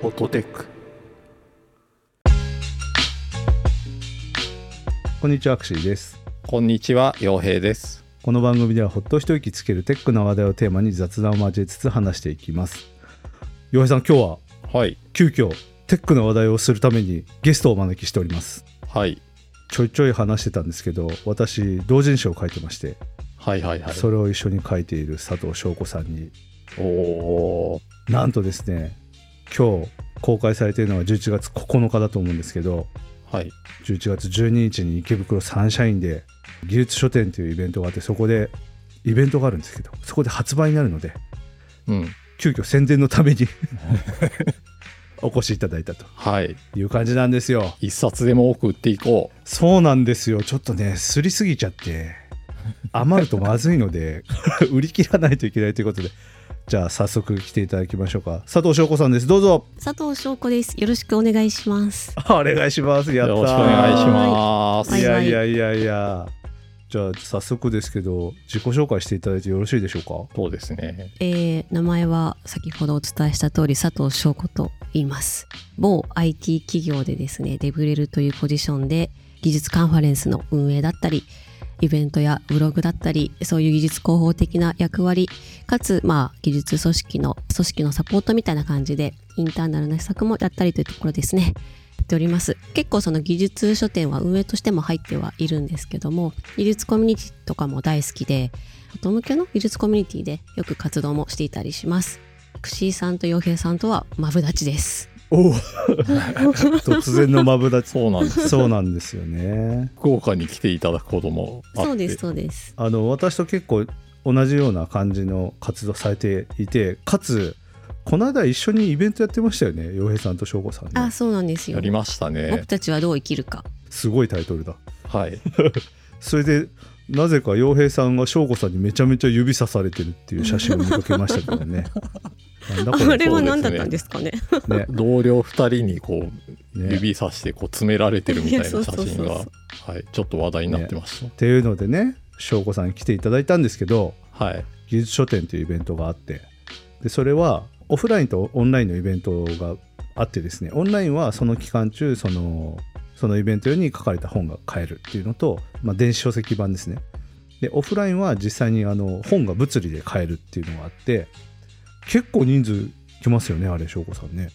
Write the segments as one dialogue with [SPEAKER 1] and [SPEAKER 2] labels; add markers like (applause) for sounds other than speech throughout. [SPEAKER 1] フォトテック
[SPEAKER 2] こんにちはアクシーです
[SPEAKER 1] こんにちは陽平です
[SPEAKER 2] この番組ではほっと一息つけるテックな話題をテーマに雑談を交えつつ話していきます洋平さん今日は
[SPEAKER 1] はい
[SPEAKER 2] 急遽テックの話題をするためにゲストをお招きしております
[SPEAKER 1] はい
[SPEAKER 2] ちょいちょい話してたんですけど私同人誌を書いてまして、
[SPEAKER 1] はいはいはい
[SPEAKER 2] それを一緒に書いている佐藤翔子さんに
[SPEAKER 1] おお
[SPEAKER 2] なんとですね今日公開されているのは11月9日だと思うんですけど
[SPEAKER 1] ーはい
[SPEAKER 2] 11月12日に池袋サンシャインで技術書店というイベントがあってそこでイベントがあるんですけどそこで発売になるので
[SPEAKER 1] うん
[SPEAKER 2] 急遽宣伝のた
[SPEAKER 1] (laughs)
[SPEAKER 2] めにお越しいただいたと
[SPEAKER 1] はい
[SPEAKER 2] いう感じなんですよ
[SPEAKER 1] 一冊でも多く売っていこ
[SPEAKER 2] そうなんですよちょっとねすりすぎちゃって余るとまずいので (laughs) 売り切らないといけないということでじゃあ早速来ていただきましょうか佐藤翔子さんですどうぞ
[SPEAKER 3] 佐藤翔子です。よろしくお願いします。
[SPEAKER 2] お願いします
[SPEAKER 1] う
[SPEAKER 2] や
[SPEAKER 1] よ
[SPEAKER 2] ったー
[SPEAKER 1] ろしくお願いします
[SPEAKER 3] はい
[SPEAKER 2] いやいやいやいやじゃあ早速ですけど自己紹介していただいてよろしいでしょう
[SPEAKER 1] そうですね
[SPEAKER 3] えー名前は先ほどお伝えした通り佐藤翔子と言います。某 IT 企業でですね、デブレルというポジションで技術カンファレンスの運営だったり、イベントやブログだったり、そういう技術広報的な役割、かつ、まあ、技術組織の、組織のサポートみたいな感じで、インターナルな施策もやったりというところですね。やっております結構その技術書店は運営としても入ってはいるんですけども技術コミュニティとかも大好きで音向けの技術コミュニティでよく活動もしていたりしますクシーさんと洋平さんとはマブダチです
[SPEAKER 2] かおお突然のマブダチ
[SPEAKER 1] そうなん
[SPEAKER 3] (laughs)
[SPEAKER 1] です
[SPEAKER 2] そうなんですよね
[SPEAKER 1] 福岡に来ていただくこともあって
[SPEAKER 3] そうですそうです
[SPEAKER 2] あの私と結構同じような感じの活動されていてかつこの間一緒にイベントやってましたよね洋平さんと翔吾さん
[SPEAKER 3] あ
[SPEAKER 2] ね
[SPEAKER 3] そうなんですよ
[SPEAKER 1] やりましたね
[SPEAKER 3] 僕たちはどう生きるか
[SPEAKER 2] すごいタイトルだ
[SPEAKER 1] はい
[SPEAKER 2] それでなぜか洋平さんが翔吾さんにめちゃめちゃ指さされてるっていう写真を見かけましたけど (laughs) ねなんだこ
[SPEAKER 3] あ
[SPEAKER 2] れ
[SPEAKER 3] れは何
[SPEAKER 1] そ
[SPEAKER 3] だ
[SPEAKER 1] うですね
[SPEAKER 3] ったんですかね
[SPEAKER 2] ね
[SPEAKER 1] 同僚二人にこう
[SPEAKER 2] ね
[SPEAKER 1] 指さしてこう詰められてるみたいな写
[SPEAKER 3] いや
[SPEAKER 1] 真
[SPEAKER 3] そうそう
[SPEAKER 1] が
[SPEAKER 3] そう
[SPEAKER 1] はいちょっと話題になってました
[SPEAKER 2] っていうのでね翔子さんに来ていただいたんですけど
[SPEAKER 1] はい
[SPEAKER 2] 技術書店というイベントがあってでそれはオフラインとオンラインのイベントがあってですねオンラインはその期間中そのそのイベント用に書かれた本が買えるっていうのと、まあ、電子書籍版ですねでオフラインは実際にあの本が物理で買えるっていうのがあって結構人数来ますよねあれ翔子さんね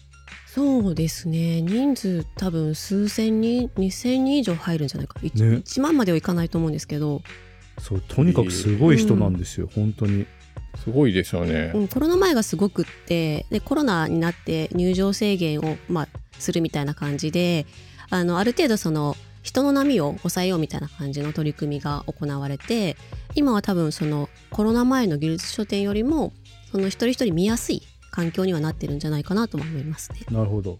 [SPEAKER 3] そうですね人数多分数千人2,000人以上入るんじゃないか 1,、
[SPEAKER 2] ね
[SPEAKER 3] 万まではいかないと思うんですけど、
[SPEAKER 2] そうとにかくすごい人なんですよ、本当に
[SPEAKER 1] すごいですよね
[SPEAKER 3] うん、コロナ前がすごくってでコロナになって入場制限を、まあ、するみたいな感じであのある程度その人の波を抑えようみたいな感じの取り組みが行われて今は多分そのコロナ前の技術書店よりもその一人一人見やすい環境にはなってるんじゃないかなとも思いますね。
[SPEAKER 2] なるほど。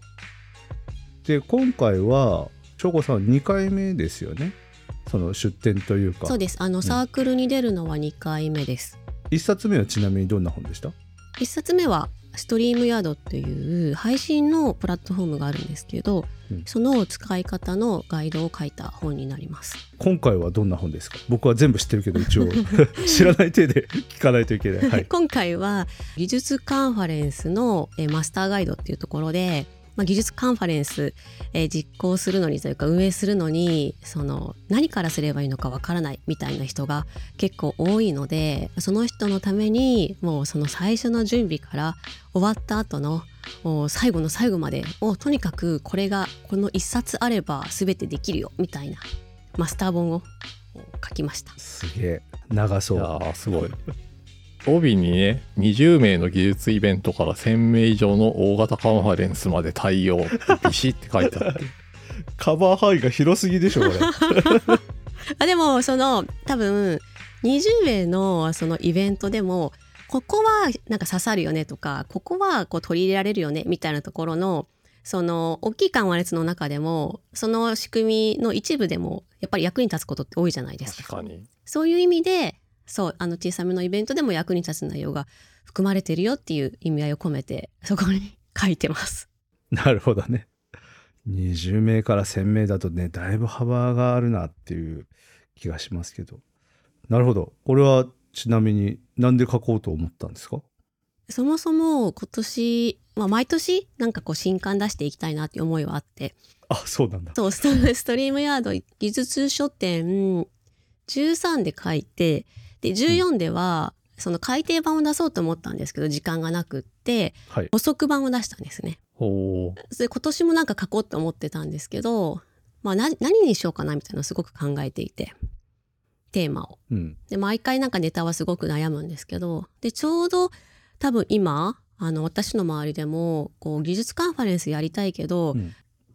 [SPEAKER 2] で今回は翔子さん2回目ですよねその出展というか
[SPEAKER 3] そうですあのサークルに出るのは2回目です。
[SPEAKER 2] 1冊目はちなみにどんな本でした
[SPEAKER 3] 1冊目はストリームヤードっていう配信のプラットフォームがあるんですけど、
[SPEAKER 2] うん
[SPEAKER 3] その使い方のガイドを書いた本になります。
[SPEAKER 2] 今回はどんな本ですか僕は全部知ってるけど一応 (laughs) 知らない手で聞かないといけない、はい、
[SPEAKER 3] 今回は技術カンファレンスのえーマスターガイドっていうところで、まあ、技術カンファレンス、えー実行するのにというか運営するのにその何からすればいいのかわからないみたいな人が結構多いのでその人のためにもうその最初の準備から終わった後のお最後の最後までをとにかくこれがこの一冊あれば全てできるよみたいなマスター本をお書きました。
[SPEAKER 2] すげえ長
[SPEAKER 1] い
[SPEAKER 2] そ
[SPEAKER 1] や
[SPEAKER 2] う
[SPEAKER 1] ーすごい帯にね20名の技術イベントから1000名以上の大型カンファレンスまで対応ビシッて書いてあって
[SPEAKER 2] カバー範囲が広すぎでし
[SPEAKER 3] (laughs)
[SPEAKER 2] ょこれ
[SPEAKER 3] あでもその多分20名のそのイベントでもここはなんか刺さるよねとかここはこう取り入れられるよねみたいなところのその大きい緩和列の中でもその仕組みの一部でもやっぱり役に立つことって多いじゃないです
[SPEAKER 1] 確かに
[SPEAKER 3] そういう意味でそうあの小さめのイベントでも役に立つ内容が含まれてるよっていう意味合いを込めてそこに書いてます。
[SPEAKER 2] なるほどね20名から1000名だとねだいぶ幅があるなっていう気がしますけどなるほどこれはちなみになんで書こうと思ったんですか
[SPEAKER 3] (laughs) そもそも今年、まあ、毎年なんかこう新刊出していきたいなっていう思いはあって
[SPEAKER 2] あそうなんだ
[SPEAKER 3] そうストストリームヤード技術書店13で書いてで14ではその改訂版を出そうと思ったんですけど時間がなくって
[SPEAKER 2] はい
[SPEAKER 3] 補足版を出したんですね。
[SPEAKER 1] ほう
[SPEAKER 3] それ今年もなんか書こうと思ってたんですけど、まあ、な何にしようかなみたいなのをすごく考えていてテーマを。
[SPEAKER 2] うん
[SPEAKER 3] で毎回なんかネタはすごく悩むんですけどでちょうど多分今あの私の周りでもこう技術カンファレンスやりたいけど、
[SPEAKER 2] うん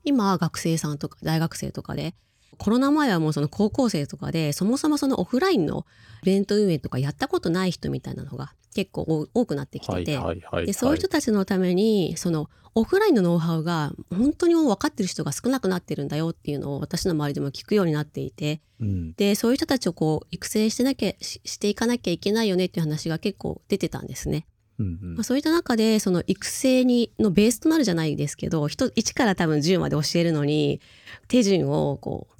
[SPEAKER 3] 今学生さんとか大学生とかでコロナ前はもうその高校生とかでそもそもそのオフラインのイベント運営とかやったことない人みたいなのが結構多多くなってき
[SPEAKER 1] は
[SPEAKER 3] て
[SPEAKER 1] い
[SPEAKER 3] て、
[SPEAKER 1] はいはい、はい、
[SPEAKER 3] でそういう人たちのためにそのオフラインのノウハウが本当にもう分かってる人が少なくなってるんだよっていうのを私の周りでも聞くようになっていて
[SPEAKER 2] うん
[SPEAKER 3] でそういう人たちをこう育成してなきゃししていかなきゃいけないよねっていう話が結構出てたんですね。
[SPEAKER 2] うんうん
[SPEAKER 3] まあ、そういった中でその育成にのベースとなるじゃないですけど人1から多分10まで教えるのに手順をこう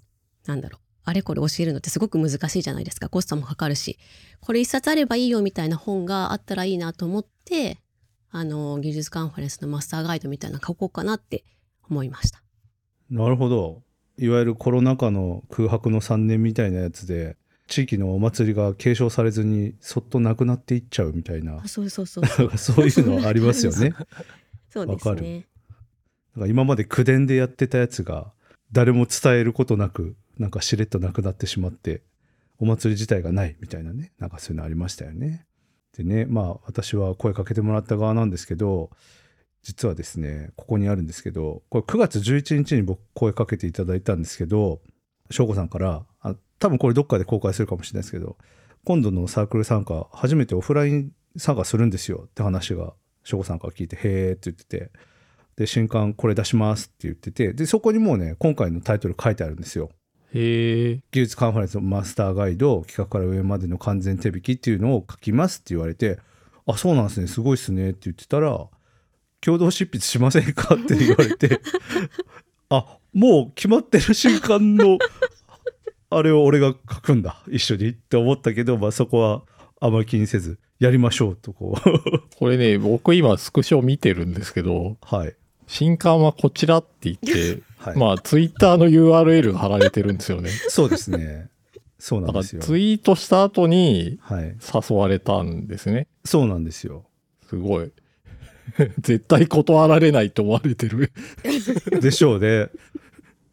[SPEAKER 3] なんだろうあれこれ教えるのってすごく難しいじゃないですかコストもかかるしこれ一冊あればいいよみたいな本があったらいいなと思ってあの技術カンファレンスのマスターガイドみたいなの書こうかなって思いました。
[SPEAKER 2] なるほどいわゆるコロナ禍の空白の3年みたいなやつで地域のお祭りが継承されずにそっとなくなっていっちゃうみたいな
[SPEAKER 3] あそうそうそうそう
[SPEAKER 2] そういうのはありますよね。
[SPEAKER 3] そうで
[SPEAKER 2] わ
[SPEAKER 3] す
[SPEAKER 2] かる
[SPEAKER 3] ね。
[SPEAKER 2] なんか今まで口伝でやってたやつが誰も伝えることなくなんかしれっとなくなってしまってお祭り自体がないみたいなねなんかそういうのありましたよね。でねまあ私は声かけてもらった側なんですけど実はですねここにあるんですけどこれ9月11日に僕声かけていただいたんですけど翔子さんからあ多分これどっかで公開するかもしれないですけど今度のサークル参加初めてオフライン参加するんですよって話が翔子さんから聞いて「へーって言っててで新刊これ出しますって言っててでそこにもうね今回のタイトル書いてあるんですよ
[SPEAKER 1] へえ
[SPEAKER 2] 技術カンファレンスのマスターガイド企画から上までの完全手引きっていうのを書きますって言われて「あそうなんですねすごいっすね」って言ってたら「共同執筆しませんか?」って言われて (laughs) あもう決まってる新刊のあれを俺が書くんだ一緒にって思ったけど、まあ、そこはあまり気にせずやりましょうとこう (laughs)
[SPEAKER 1] これね僕今スクショ見てるんですけど
[SPEAKER 2] はい
[SPEAKER 1] 新刊はこちらって言って、
[SPEAKER 2] はい、
[SPEAKER 1] まあツイッターの URL が貼られてるんですよね
[SPEAKER 2] そうですねそうな
[SPEAKER 1] だ
[SPEAKER 2] ん
[SPEAKER 1] から
[SPEAKER 2] です
[SPEAKER 1] ツイ
[SPEAKER 2] よ
[SPEAKER 1] ートした後に
[SPEAKER 2] はい
[SPEAKER 1] 誘われたんですね
[SPEAKER 2] そうなんですよ
[SPEAKER 1] すごい (laughs) 絶対断られないと思われてる
[SPEAKER 2] でしょうね。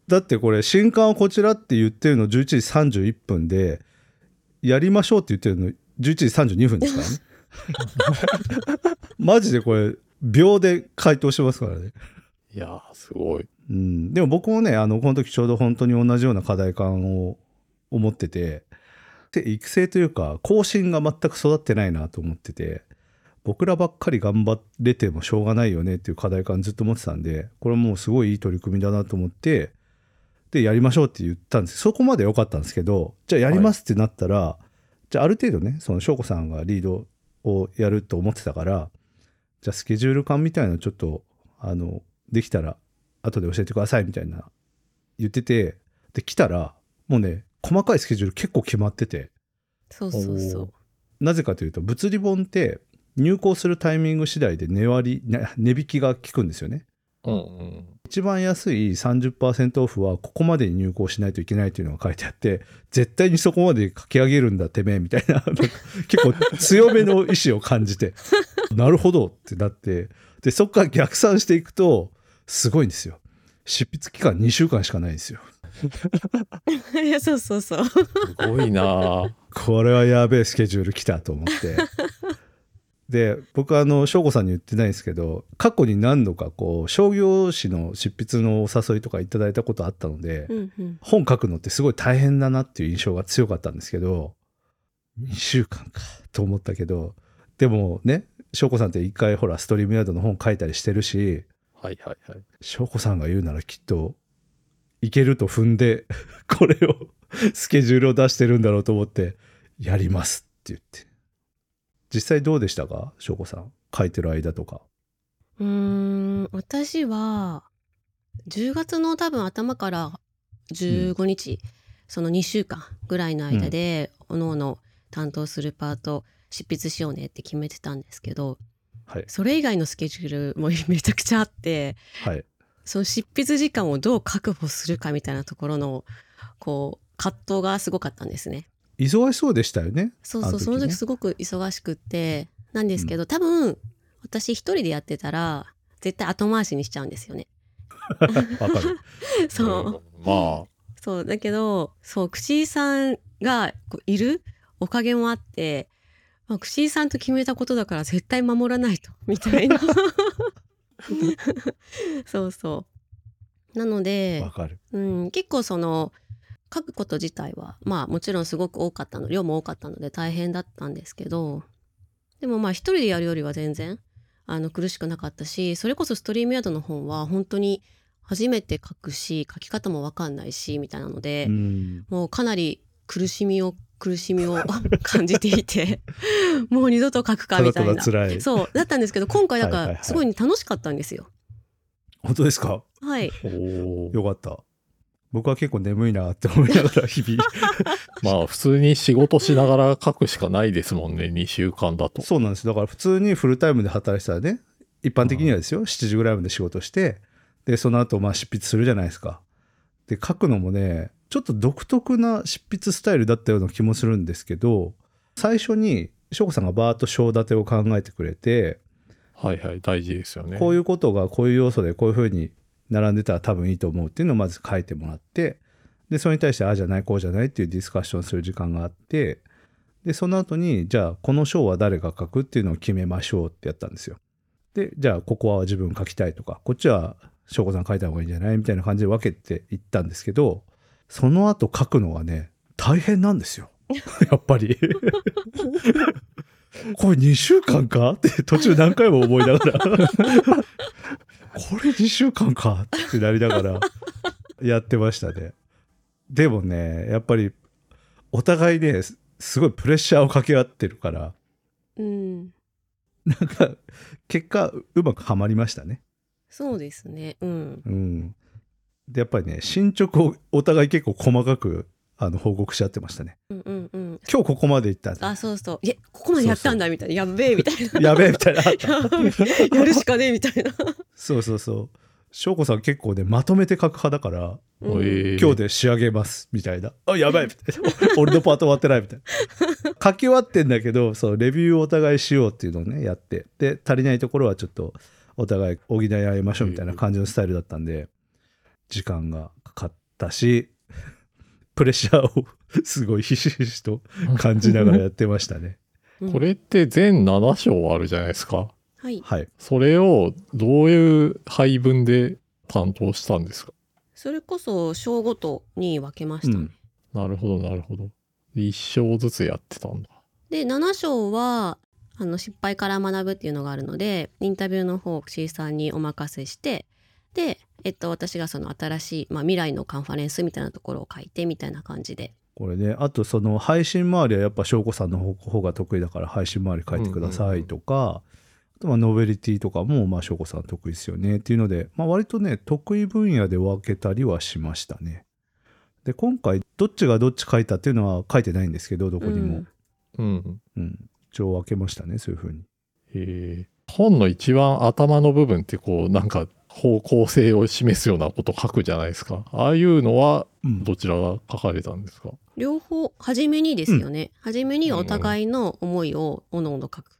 [SPEAKER 2] だってこれ新刊をこちらって言ってるの11時31分でやりましょうって言ってるの11時32分ですからね。マジでこれ秒で回答してますからね。
[SPEAKER 1] いやーすごい
[SPEAKER 2] うん、でも僕もねあのこの時ちょうど本当に同じような課題感を思っててで育成というか更新が全く育ってないなと思ってて僕らばっかり頑張れてもしょうがないよねっていう課題感ずっと持ってたんでこれもうすごいいい取り組みだなと思ってでやりましょうって言ったんですそこまで良かったんですけどじゃあやりますってなったら、じゃあある程度ねその翔子さんがリードをやると思ってたからじゃあスケジュール感みたいなのちょっとあのできたら後で教えてくださいみたいな言っててで来たらもうね細かいスケジュール結構決まってて
[SPEAKER 3] そうそう (laughs) そう。
[SPEAKER 2] なぜかというと物理本って入稿するタイミング次第で値割りな値引きが効くんですよね
[SPEAKER 1] うんうん
[SPEAKER 2] 一番安い30%オフはここまでに入稿しないといけないというのが書いてあって絶対にそこまで書き上げるんだてめえみたいななんか結構強めの意志を感じて (laughs) なるほどってなってでそこから逆算していくとすごいんですよ執筆期間2週間しかないんですよ
[SPEAKER 3] いやそうそうそう。
[SPEAKER 1] すごいなー
[SPEAKER 2] これ (laughs) はやべえスケジュール来たと思って (laughs) で僕あの翔吾さんに言ってないんですけど過去に何度かこう商業誌の執筆のお誘いとかいただいたことあったので、
[SPEAKER 3] うんうん、
[SPEAKER 2] 本書くのってすごい大変だなっていう印象が強かったんですけど2週間かと思ったけどでもね翔子さんって一回ほらストリームヤードの本書いたりしてるし
[SPEAKER 1] はいはいはい
[SPEAKER 2] 翔子さんが言うならきっといけると踏んで (laughs) これをスケジュールを出してるんだろうと思ってやりますって言って実際どうでしたか翔子さん書いてる間とか
[SPEAKER 3] うーん私は10月の多分頭から15日、その2週間ぐらいの間で、各々担当するパート執筆しようねって決めてたんですけど
[SPEAKER 2] はい
[SPEAKER 3] それ以外のスケジュールもめちゃくちゃあって
[SPEAKER 2] はい
[SPEAKER 3] その執筆時間をどう確保するかみたいなところのこう葛藤がすごかったんですね。
[SPEAKER 2] 忙しそうでしたよね
[SPEAKER 3] そう
[SPEAKER 2] あ
[SPEAKER 3] そう、
[SPEAKER 2] の時
[SPEAKER 3] その
[SPEAKER 2] ね
[SPEAKER 3] 時すごく忙しくってなんですけど、多分私一人でやってたら絶対後回しにしちゃうんですよね。
[SPEAKER 2] わかる
[SPEAKER 3] そう、
[SPEAKER 1] んまあ
[SPEAKER 3] そうだけどそう串井さんがこういるおかげもあって、まあ、串井さんと決めたことだから絶対守らないと (laughs) み
[SPEAKER 2] (laughs)
[SPEAKER 3] たいなそうそうなので
[SPEAKER 2] わ、かる
[SPEAKER 3] うん、結構その書くこと自体はまあもちろんすごく多かったの量も多かったので大変だったんですけどでもまあ一人でやるよりは全然あの苦しくなかったしそれこそストリームヤードの本は本当に初めて書くし書き方も分かんないしみたいなので、
[SPEAKER 2] うん
[SPEAKER 3] もうかなり苦しみを苦しみを (laughs) 感じていてもう二度と書くか
[SPEAKER 2] ただ
[SPEAKER 3] みた
[SPEAKER 2] た
[SPEAKER 3] いな
[SPEAKER 2] だ辛い
[SPEAKER 3] そうだったんですけど今回だ
[SPEAKER 2] はい
[SPEAKER 3] か
[SPEAKER 2] はいは
[SPEAKER 3] ら
[SPEAKER 2] い
[SPEAKER 3] すごい楽しかったんですよ。
[SPEAKER 2] 本当ですか
[SPEAKER 3] はい、
[SPEAKER 1] おー
[SPEAKER 2] よかった僕は結構眠いなって思いながら日々
[SPEAKER 1] まあ普通に仕事しながら書くしかないですもんね2週間だと
[SPEAKER 2] そうなんですだから普通にフルタイムで働いてたらね一般的にはですよ、7時ぐらいまで仕事してでその後まあ執筆するじゃないですかで書くのもねちょっと独特な執筆スタイルだったような気もするんですけど最初に翔子さんがバーッと章立てを考えてくれて
[SPEAKER 1] はいはい大事ですよね
[SPEAKER 2] こういうことがこういう要素でこういうふうに並んでたら多分いいと思うっていうのをまず書いてもらってでそれに対してああじゃないこうじゃないっていうディスカッションする時間があってでその後にじゃあこの章は誰が書くっていうのを決めましょうってやったんですよ。でじゃあここは自分書きたいとかこっちは翔子さん書いた方がいいんじゃないみたいな感じで分けていったんですけどその後書くのはね大変なんですよやっぱり。これ2週間かって途中何回も思いながらこれ2週間かってなりながらやってましたねでもねやっぱりお互いねすすごいプレッシャーをかけ合ってるから
[SPEAKER 3] うん、
[SPEAKER 2] なんか結果うまくはまりましたね
[SPEAKER 3] そうですね、うん、
[SPEAKER 2] うんでやっぱりね進捗をお互い結構細かくあの報告し合ってましたね
[SPEAKER 3] うんうんうん
[SPEAKER 2] 今日ここまでいったんだ
[SPEAKER 3] あそうそういやここまでやったんだみたいなやっべえみたいな
[SPEAKER 2] やべえみたいな
[SPEAKER 3] やるしかねえみたいな、
[SPEAKER 2] そうそうそう翔子さん結構ねまとめて書く派だから
[SPEAKER 3] うん
[SPEAKER 1] えー
[SPEAKER 2] 今日で仕上げますみたいな「あやばい」みたいな「俺のパート終わってない」みたいな書き終わってんだけどそうレビューをお互いしようっていうのをねやってで足りないところはちょっとお互い補い合いましょうみたいな感じのスタイルだったんで時間がかかったしプレッシャーをすごいひしひしと感じながらやってましたね
[SPEAKER 3] うん
[SPEAKER 1] これって全7章あるじゃないですか
[SPEAKER 3] はい
[SPEAKER 2] はい
[SPEAKER 1] それをどういう配分で担当したんですか
[SPEAKER 3] それこそ章ごとに分けま
[SPEAKER 2] う
[SPEAKER 3] した、
[SPEAKER 2] ん
[SPEAKER 1] なるほどなるほど1章ずつやってたんだ
[SPEAKER 3] で7章はあの失敗から学ぶっていうのがあるのでインタビューの方を串井さんにお任せしてで、えっと、私がその新しい、まあ、未来のカンファレンスみたいなところを書いてみたいな感じで
[SPEAKER 2] これねあとその配信周りはやっぱ翔子さんの方方が得意だから配信周り書いてくださいとか、あとまあノベリティとかもまあ翔子さん得意ですよねっていうので、まあ、割とね得意分野で分けたりはしましたね。で今回どっちがどっち書いたっていうのは書いてないんですけどどこにも、
[SPEAKER 1] うん
[SPEAKER 2] うん一応分けましたねそういうふうに。
[SPEAKER 1] えー本の一番頭の部分ってこうなんか方向性を示すようなこと書くじゃないですかああいうのは
[SPEAKER 2] うん
[SPEAKER 1] どちらが書かれたんですか
[SPEAKER 3] 両方初めにですよね、初めにお互いの思いをおのお
[SPEAKER 2] (laughs)
[SPEAKER 3] の書く、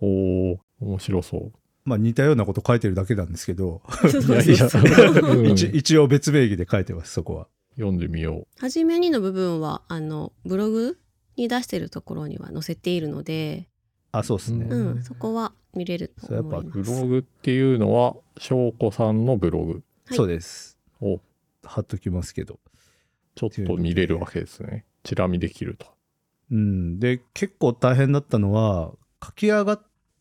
[SPEAKER 1] おお面白そう
[SPEAKER 2] まあ似たようなこと書いてるだけなんですけど、
[SPEAKER 1] いやいや、
[SPEAKER 2] (laughs)
[SPEAKER 1] うん
[SPEAKER 2] 一一応別名義で書いてますそこは。
[SPEAKER 1] 読んでみよ
[SPEAKER 3] 初めにの部分はあのブログに出してるところには載せているので、
[SPEAKER 2] あそうですね。
[SPEAKER 1] う
[SPEAKER 3] うんんそこは見れると思います。
[SPEAKER 1] う。ブログっていうのは、翔子さんのブログ
[SPEAKER 3] はい
[SPEAKER 2] そうです。
[SPEAKER 1] を
[SPEAKER 2] 貼っときますけど。
[SPEAKER 1] ちょっと見れるわけですね。チラ見できると。
[SPEAKER 2] うん、で結構大変だったのは書き上がっ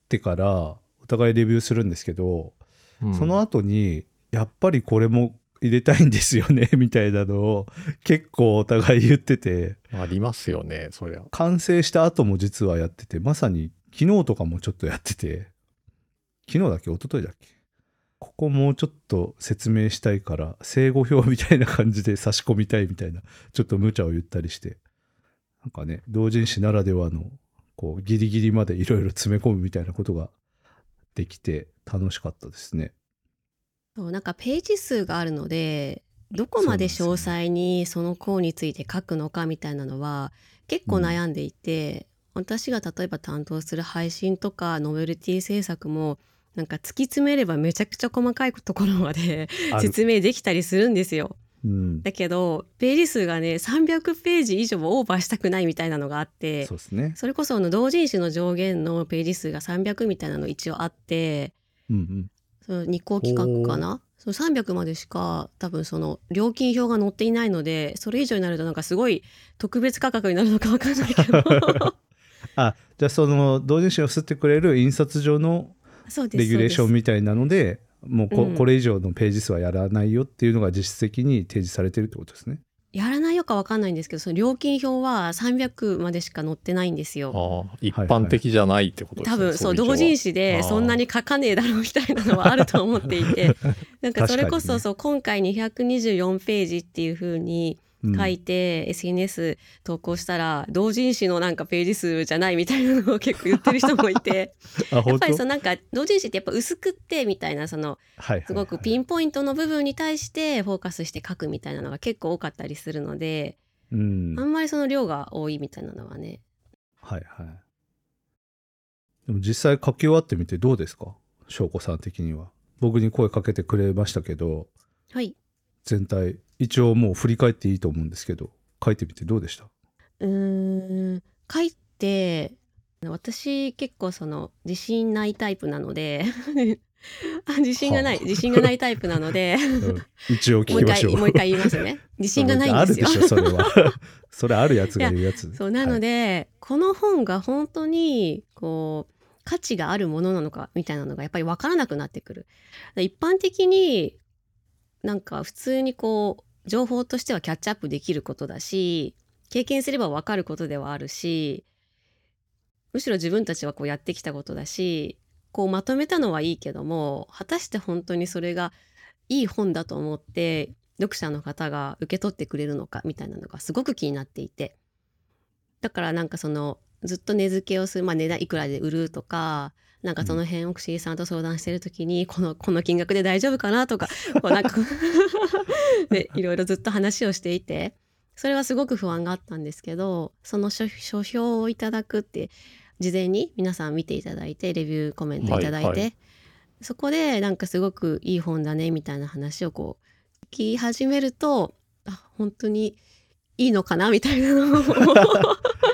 [SPEAKER 2] てからお互いレビューするんですけど、
[SPEAKER 1] うん
[SPEAKER 2] その後にやっぱりこれも入れたいんですよねみたいなのを結構お互い言ってて
[SPEAKER 1] ありますよね、そりゃ。
[SPEAKER 2] 完成した後も実はやっててまさに昨日とかもちょっとやってて昨日だっけ一昨日だっけここもうちょっと説明したいから正語表みたいな感じで差し込みたいみたいなちょっと無茶を言ったりしてなんかね同人誌ならではのこうギリギリまでいろいろ詰め込むみたいなことができて楽しかったですね。
[SPEAKER 3] そうなんかページ数があるのでどこまで
[SPEAKER 2] そうなん
[SPEAKER 3] 詳
[SPEAKER 2] ですよ
[SPEAKER 3] 細にその項について書くのかみたいなのは結構悩んでいて、私が例えば担当する配信とかノベルティ制作もなんか突き詰めればめちゃくちゃ細かいところまで
[SPEAKER 2] ある
[SPEAKER 3] 説明できたりするんですよ。
[SPEAKER 2] うん、
[SPEAKER 3] だけどページ数がね300ページ以上はオーバーしたくないみたいなのがあって
[SPEAKER 2] そうですね。
[SPEAKER 3] それこそあの同人誌の上限のページ数が300みたいなの一応あって
[SPEAKER 2] うんうん、
[SPEAKER 3] その日光企画かなその300までしか多分その料金表が載っていないのでそれ以上になるとなんかすごい特別価格になるのか分かんないけ
[SPEAKER 2] (laughs)
[SPEAKER 3] ど
[SPEAKER 2] あじゃあその同人誌を吸ってくれる印刷所の
[SPEAKER 3] そうです
[SPEAKER 2] レギュレーション
[SPEAKER 3] そうで
[SPEAKER 2] みたいなのでもうこ,、
[SPEAKER 3] うん
[SPEAKER 2] これ以上のページ数はやらないよっていうのが実質的に提示されてるってことですね。
[SPEAKER 3] すやらないよか分かんないんですけどその料金表は300までしか載ってないんですよ。
[SPEAKER 1] ああ一般的じゃないってことですね、
[SPEAKER 3] 多分そ
[SPEAKER 1] れ
[SPEAKER 3] う
[SPEAKER 1] 以上は
[SPEAKER 3] 同人誌で
[SPEAKER 1] あー
[SPEAKER 3] そんなに書かねえだろうみたいなのはあると思っていて
[SPEAKER 2] (laughs)
[SPEAKER 3] なんかそれこ
[SPEAKER 2] 確かにね
[SPEAKER 3] そそう、今回224ページっていう風に
[SPEAKER 2] うん
[SPEAKER 3] 書いて、SNS 投稿したら同人誌のなんかページ数じゃないみたいなのを結構言ってる人もい
[SPEAKER 2] (laughs)
[SPEAKER 3] て
[SPEAKER 2] あ
[SPEAKER 3] やっ
[SPEAKER 2] 本当
[SPEAKER 3] ぱりそのなんか同人誌ってやっぱ薄くってみたいなその
[SPEAKER 2] はいはい
[SPEAKER 3] すごくピンポイントの部分に対してフォーカスして書くみたいなのが結構多かったりするので
[SPEAKER 2] うん
[SPEAKER 3] あんまりその量が多いみたいなのはね
[SPEAKER 2] はいはい。でも実際書き終わってみてどうですか翔子さん的には。僕に声かけてくれましたけど
[SPEAKER 3] はい
[SPEAKER 2] 全体一応もう振り返っていいと思うんですけど書いてみてどうでした
[SPEAKER 3] うーん書いて私結構その自信ないタイプなので (laughs) あ自信がない
[SPEAKER 1] はあ
[SPEAKER 3] 自信がないタイプなので
[SPEAKER 2] うん一 (laughs) 応聞
[SPEAKER 3] もう
[SPEAKER 2] き
[SPEAKER 3] 一
[SPEAKER 2] まし
[SPEAKER 3] 回
[SPEAKER 2] ょう。
[SPEAKER 3] もう一回言いま
[SPEAKER 2] (laughs)
[SPEAKER 3] すね自信がないんですよ
[SPEAKER 2] あるでしょそれ
[SPEAKER 3] (laughs)
[SPEAKER 2] は。それあるやつが言うやつ。
[SPEAKER 3] そうなの
[SPEAKER 2] で、
[SPEAKER 3] で、この本が本当にこう価値があるものなのかみたいなのがやっぱり分からなくなってくる。一般的になんか普通にこう情報としてはキャッチアップできることだし経験すれば分かることではあるしむしろ自分たちはこうやってきたことだしこうまとめたのはいいけども果たして本当にそれがいい本だと思って読者の方が受け取ってくれるのかみたいなのがすごく気になっていてだからなんかそのずっと値付けをする、まあ、値段いくらで売るとかなんかその辺を串井さんと相談してる時に、 (laughs) このこの金額で大丈夫かなとか (laughs) こうなんかでいろいろずっと話をしていてそれはすごく不安があったんですけどその書書評をいただくって事前に皆さん見ていただいてレビューコメントいただいて、
[SPEAKER 1] はいは
[SPEAKER 3] そこでなんかすごくいい本だねみたいな話をこう聞き始めるとあ本当にいいのかなみたいなのを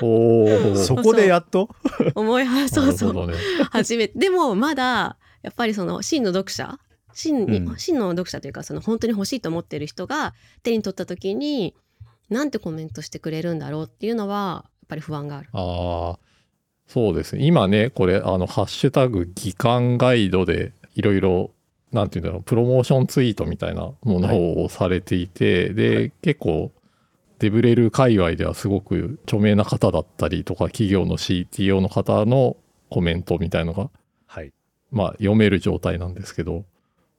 [SPEAKER 1] おー
[SPEAKER 2] そこでやっと
[SPEAKER 3] 思いはそうそう
[SPEAKER 1] なるほどね
[SPEAKER 3] 初めてでもまだやっぱりその真の読者真に、
[SPEAKER 2] うん
[SPEAKER 3] 真の読者というかその本当に欲しいと思ってる人が手に取った時になんてコメントしてくれるんだろうっていうのはやっぱり不安がある。
[SPEAKER 1] ああ、そうですね。今ね、これ、あの、ハッシュタグ、技官ガイドで、いろいろ、なんていうんだろう、プロモーションツイートみたいなものをされていて、で、結構、デブレル界隈ではすごく著名な方だったりとか、企業の CTO の方のコメントみたいのが、
[SPEAKER 2] はい。
[SPEAKER 1] まあ、読める状態なんですけど、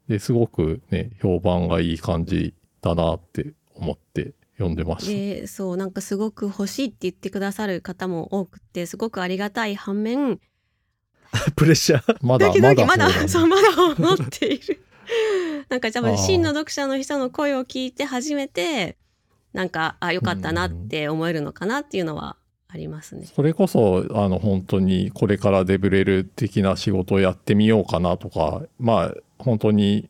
[SPEAKER 1] ですごくね、評判がいい感じだなって思って読んでました。
[SPEAKER 3] でそうなんかすごく欲しいって言ってくださる方も多くてすごくありがたい反面
[SPEAKER 2] プレッシャー。
[SPEAKER 1] まだ
[SPEAKER 3] だけど
[SPEAKER 1] まだ
[SPEAKER 3] ま
[SPEAKER 1] そ
[SPEAKER 3] だ
[SPEAKER 1] うだね
[SPEAKER 3] そうまだ思っている (laughs) なんか多
[SPEAKER 1] あ
[SPEAKER 3] 分
[SPEAKER 1] ー
[SPEAKER 3] 真の読者の人の声を聞いて初めてなんかあよかったなって思えるのかなっていうのはありますね。
[SPEAKER 1] それこそあの本当にこれからデブレル的な仕事をやってみようかなとかまあ本当に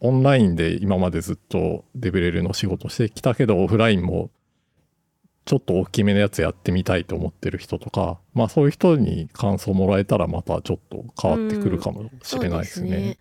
[SPEAKER 1] オンラインで今までずっとデブレルの仕事してきたけどオフラインもちょっと大きめのやつやってみたいと思ってる人とかまあそういう人に感想もらえたらまたちょっと変わってくるかもしれないですね。
[SPEAKER 3] そう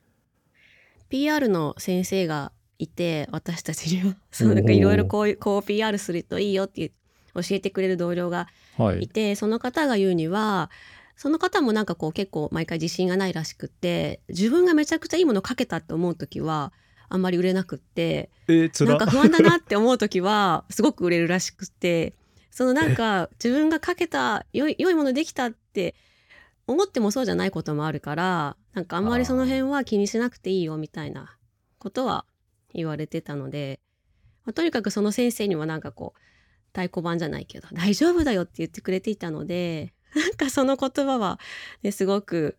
[SPEAKER 3] PR の先生がいて私たち
[SPEAKER 1] (laughs)
[SPEAKER 3] にはそうなんか
[SPEAKER 1] おー
[SPEAKER 3] いろいろこういうこう PR するといいよって教えてくれる同僚が
[SPEAKER 1] はいい、
[SPEAKER 3] てその方が言うにはその方もなんかこう結構毎回自信がないらしくって自分がめちゃくちゃいいもの書けたって思う時はあんまり売れなくって
[SPEAKER 2] えー、つ
[SPEAKER 3] な
[SPEAKER 2] ら
[SPEAKER 3] んか不安だなって思う時は (laughs) すごく売れるらしくってそのなんか自分が書けた良い良いものできたって思ってもそうじゃないこともあるからなんかあんまりその辺は気にしなくていいよみたいなことは言われてたので、まあとにかくその先生にもなんかこう太鼓判じゃないけど大 (laughs) 丈夫だよって言ってくれていたのでなんかその言葉は、ね、すごく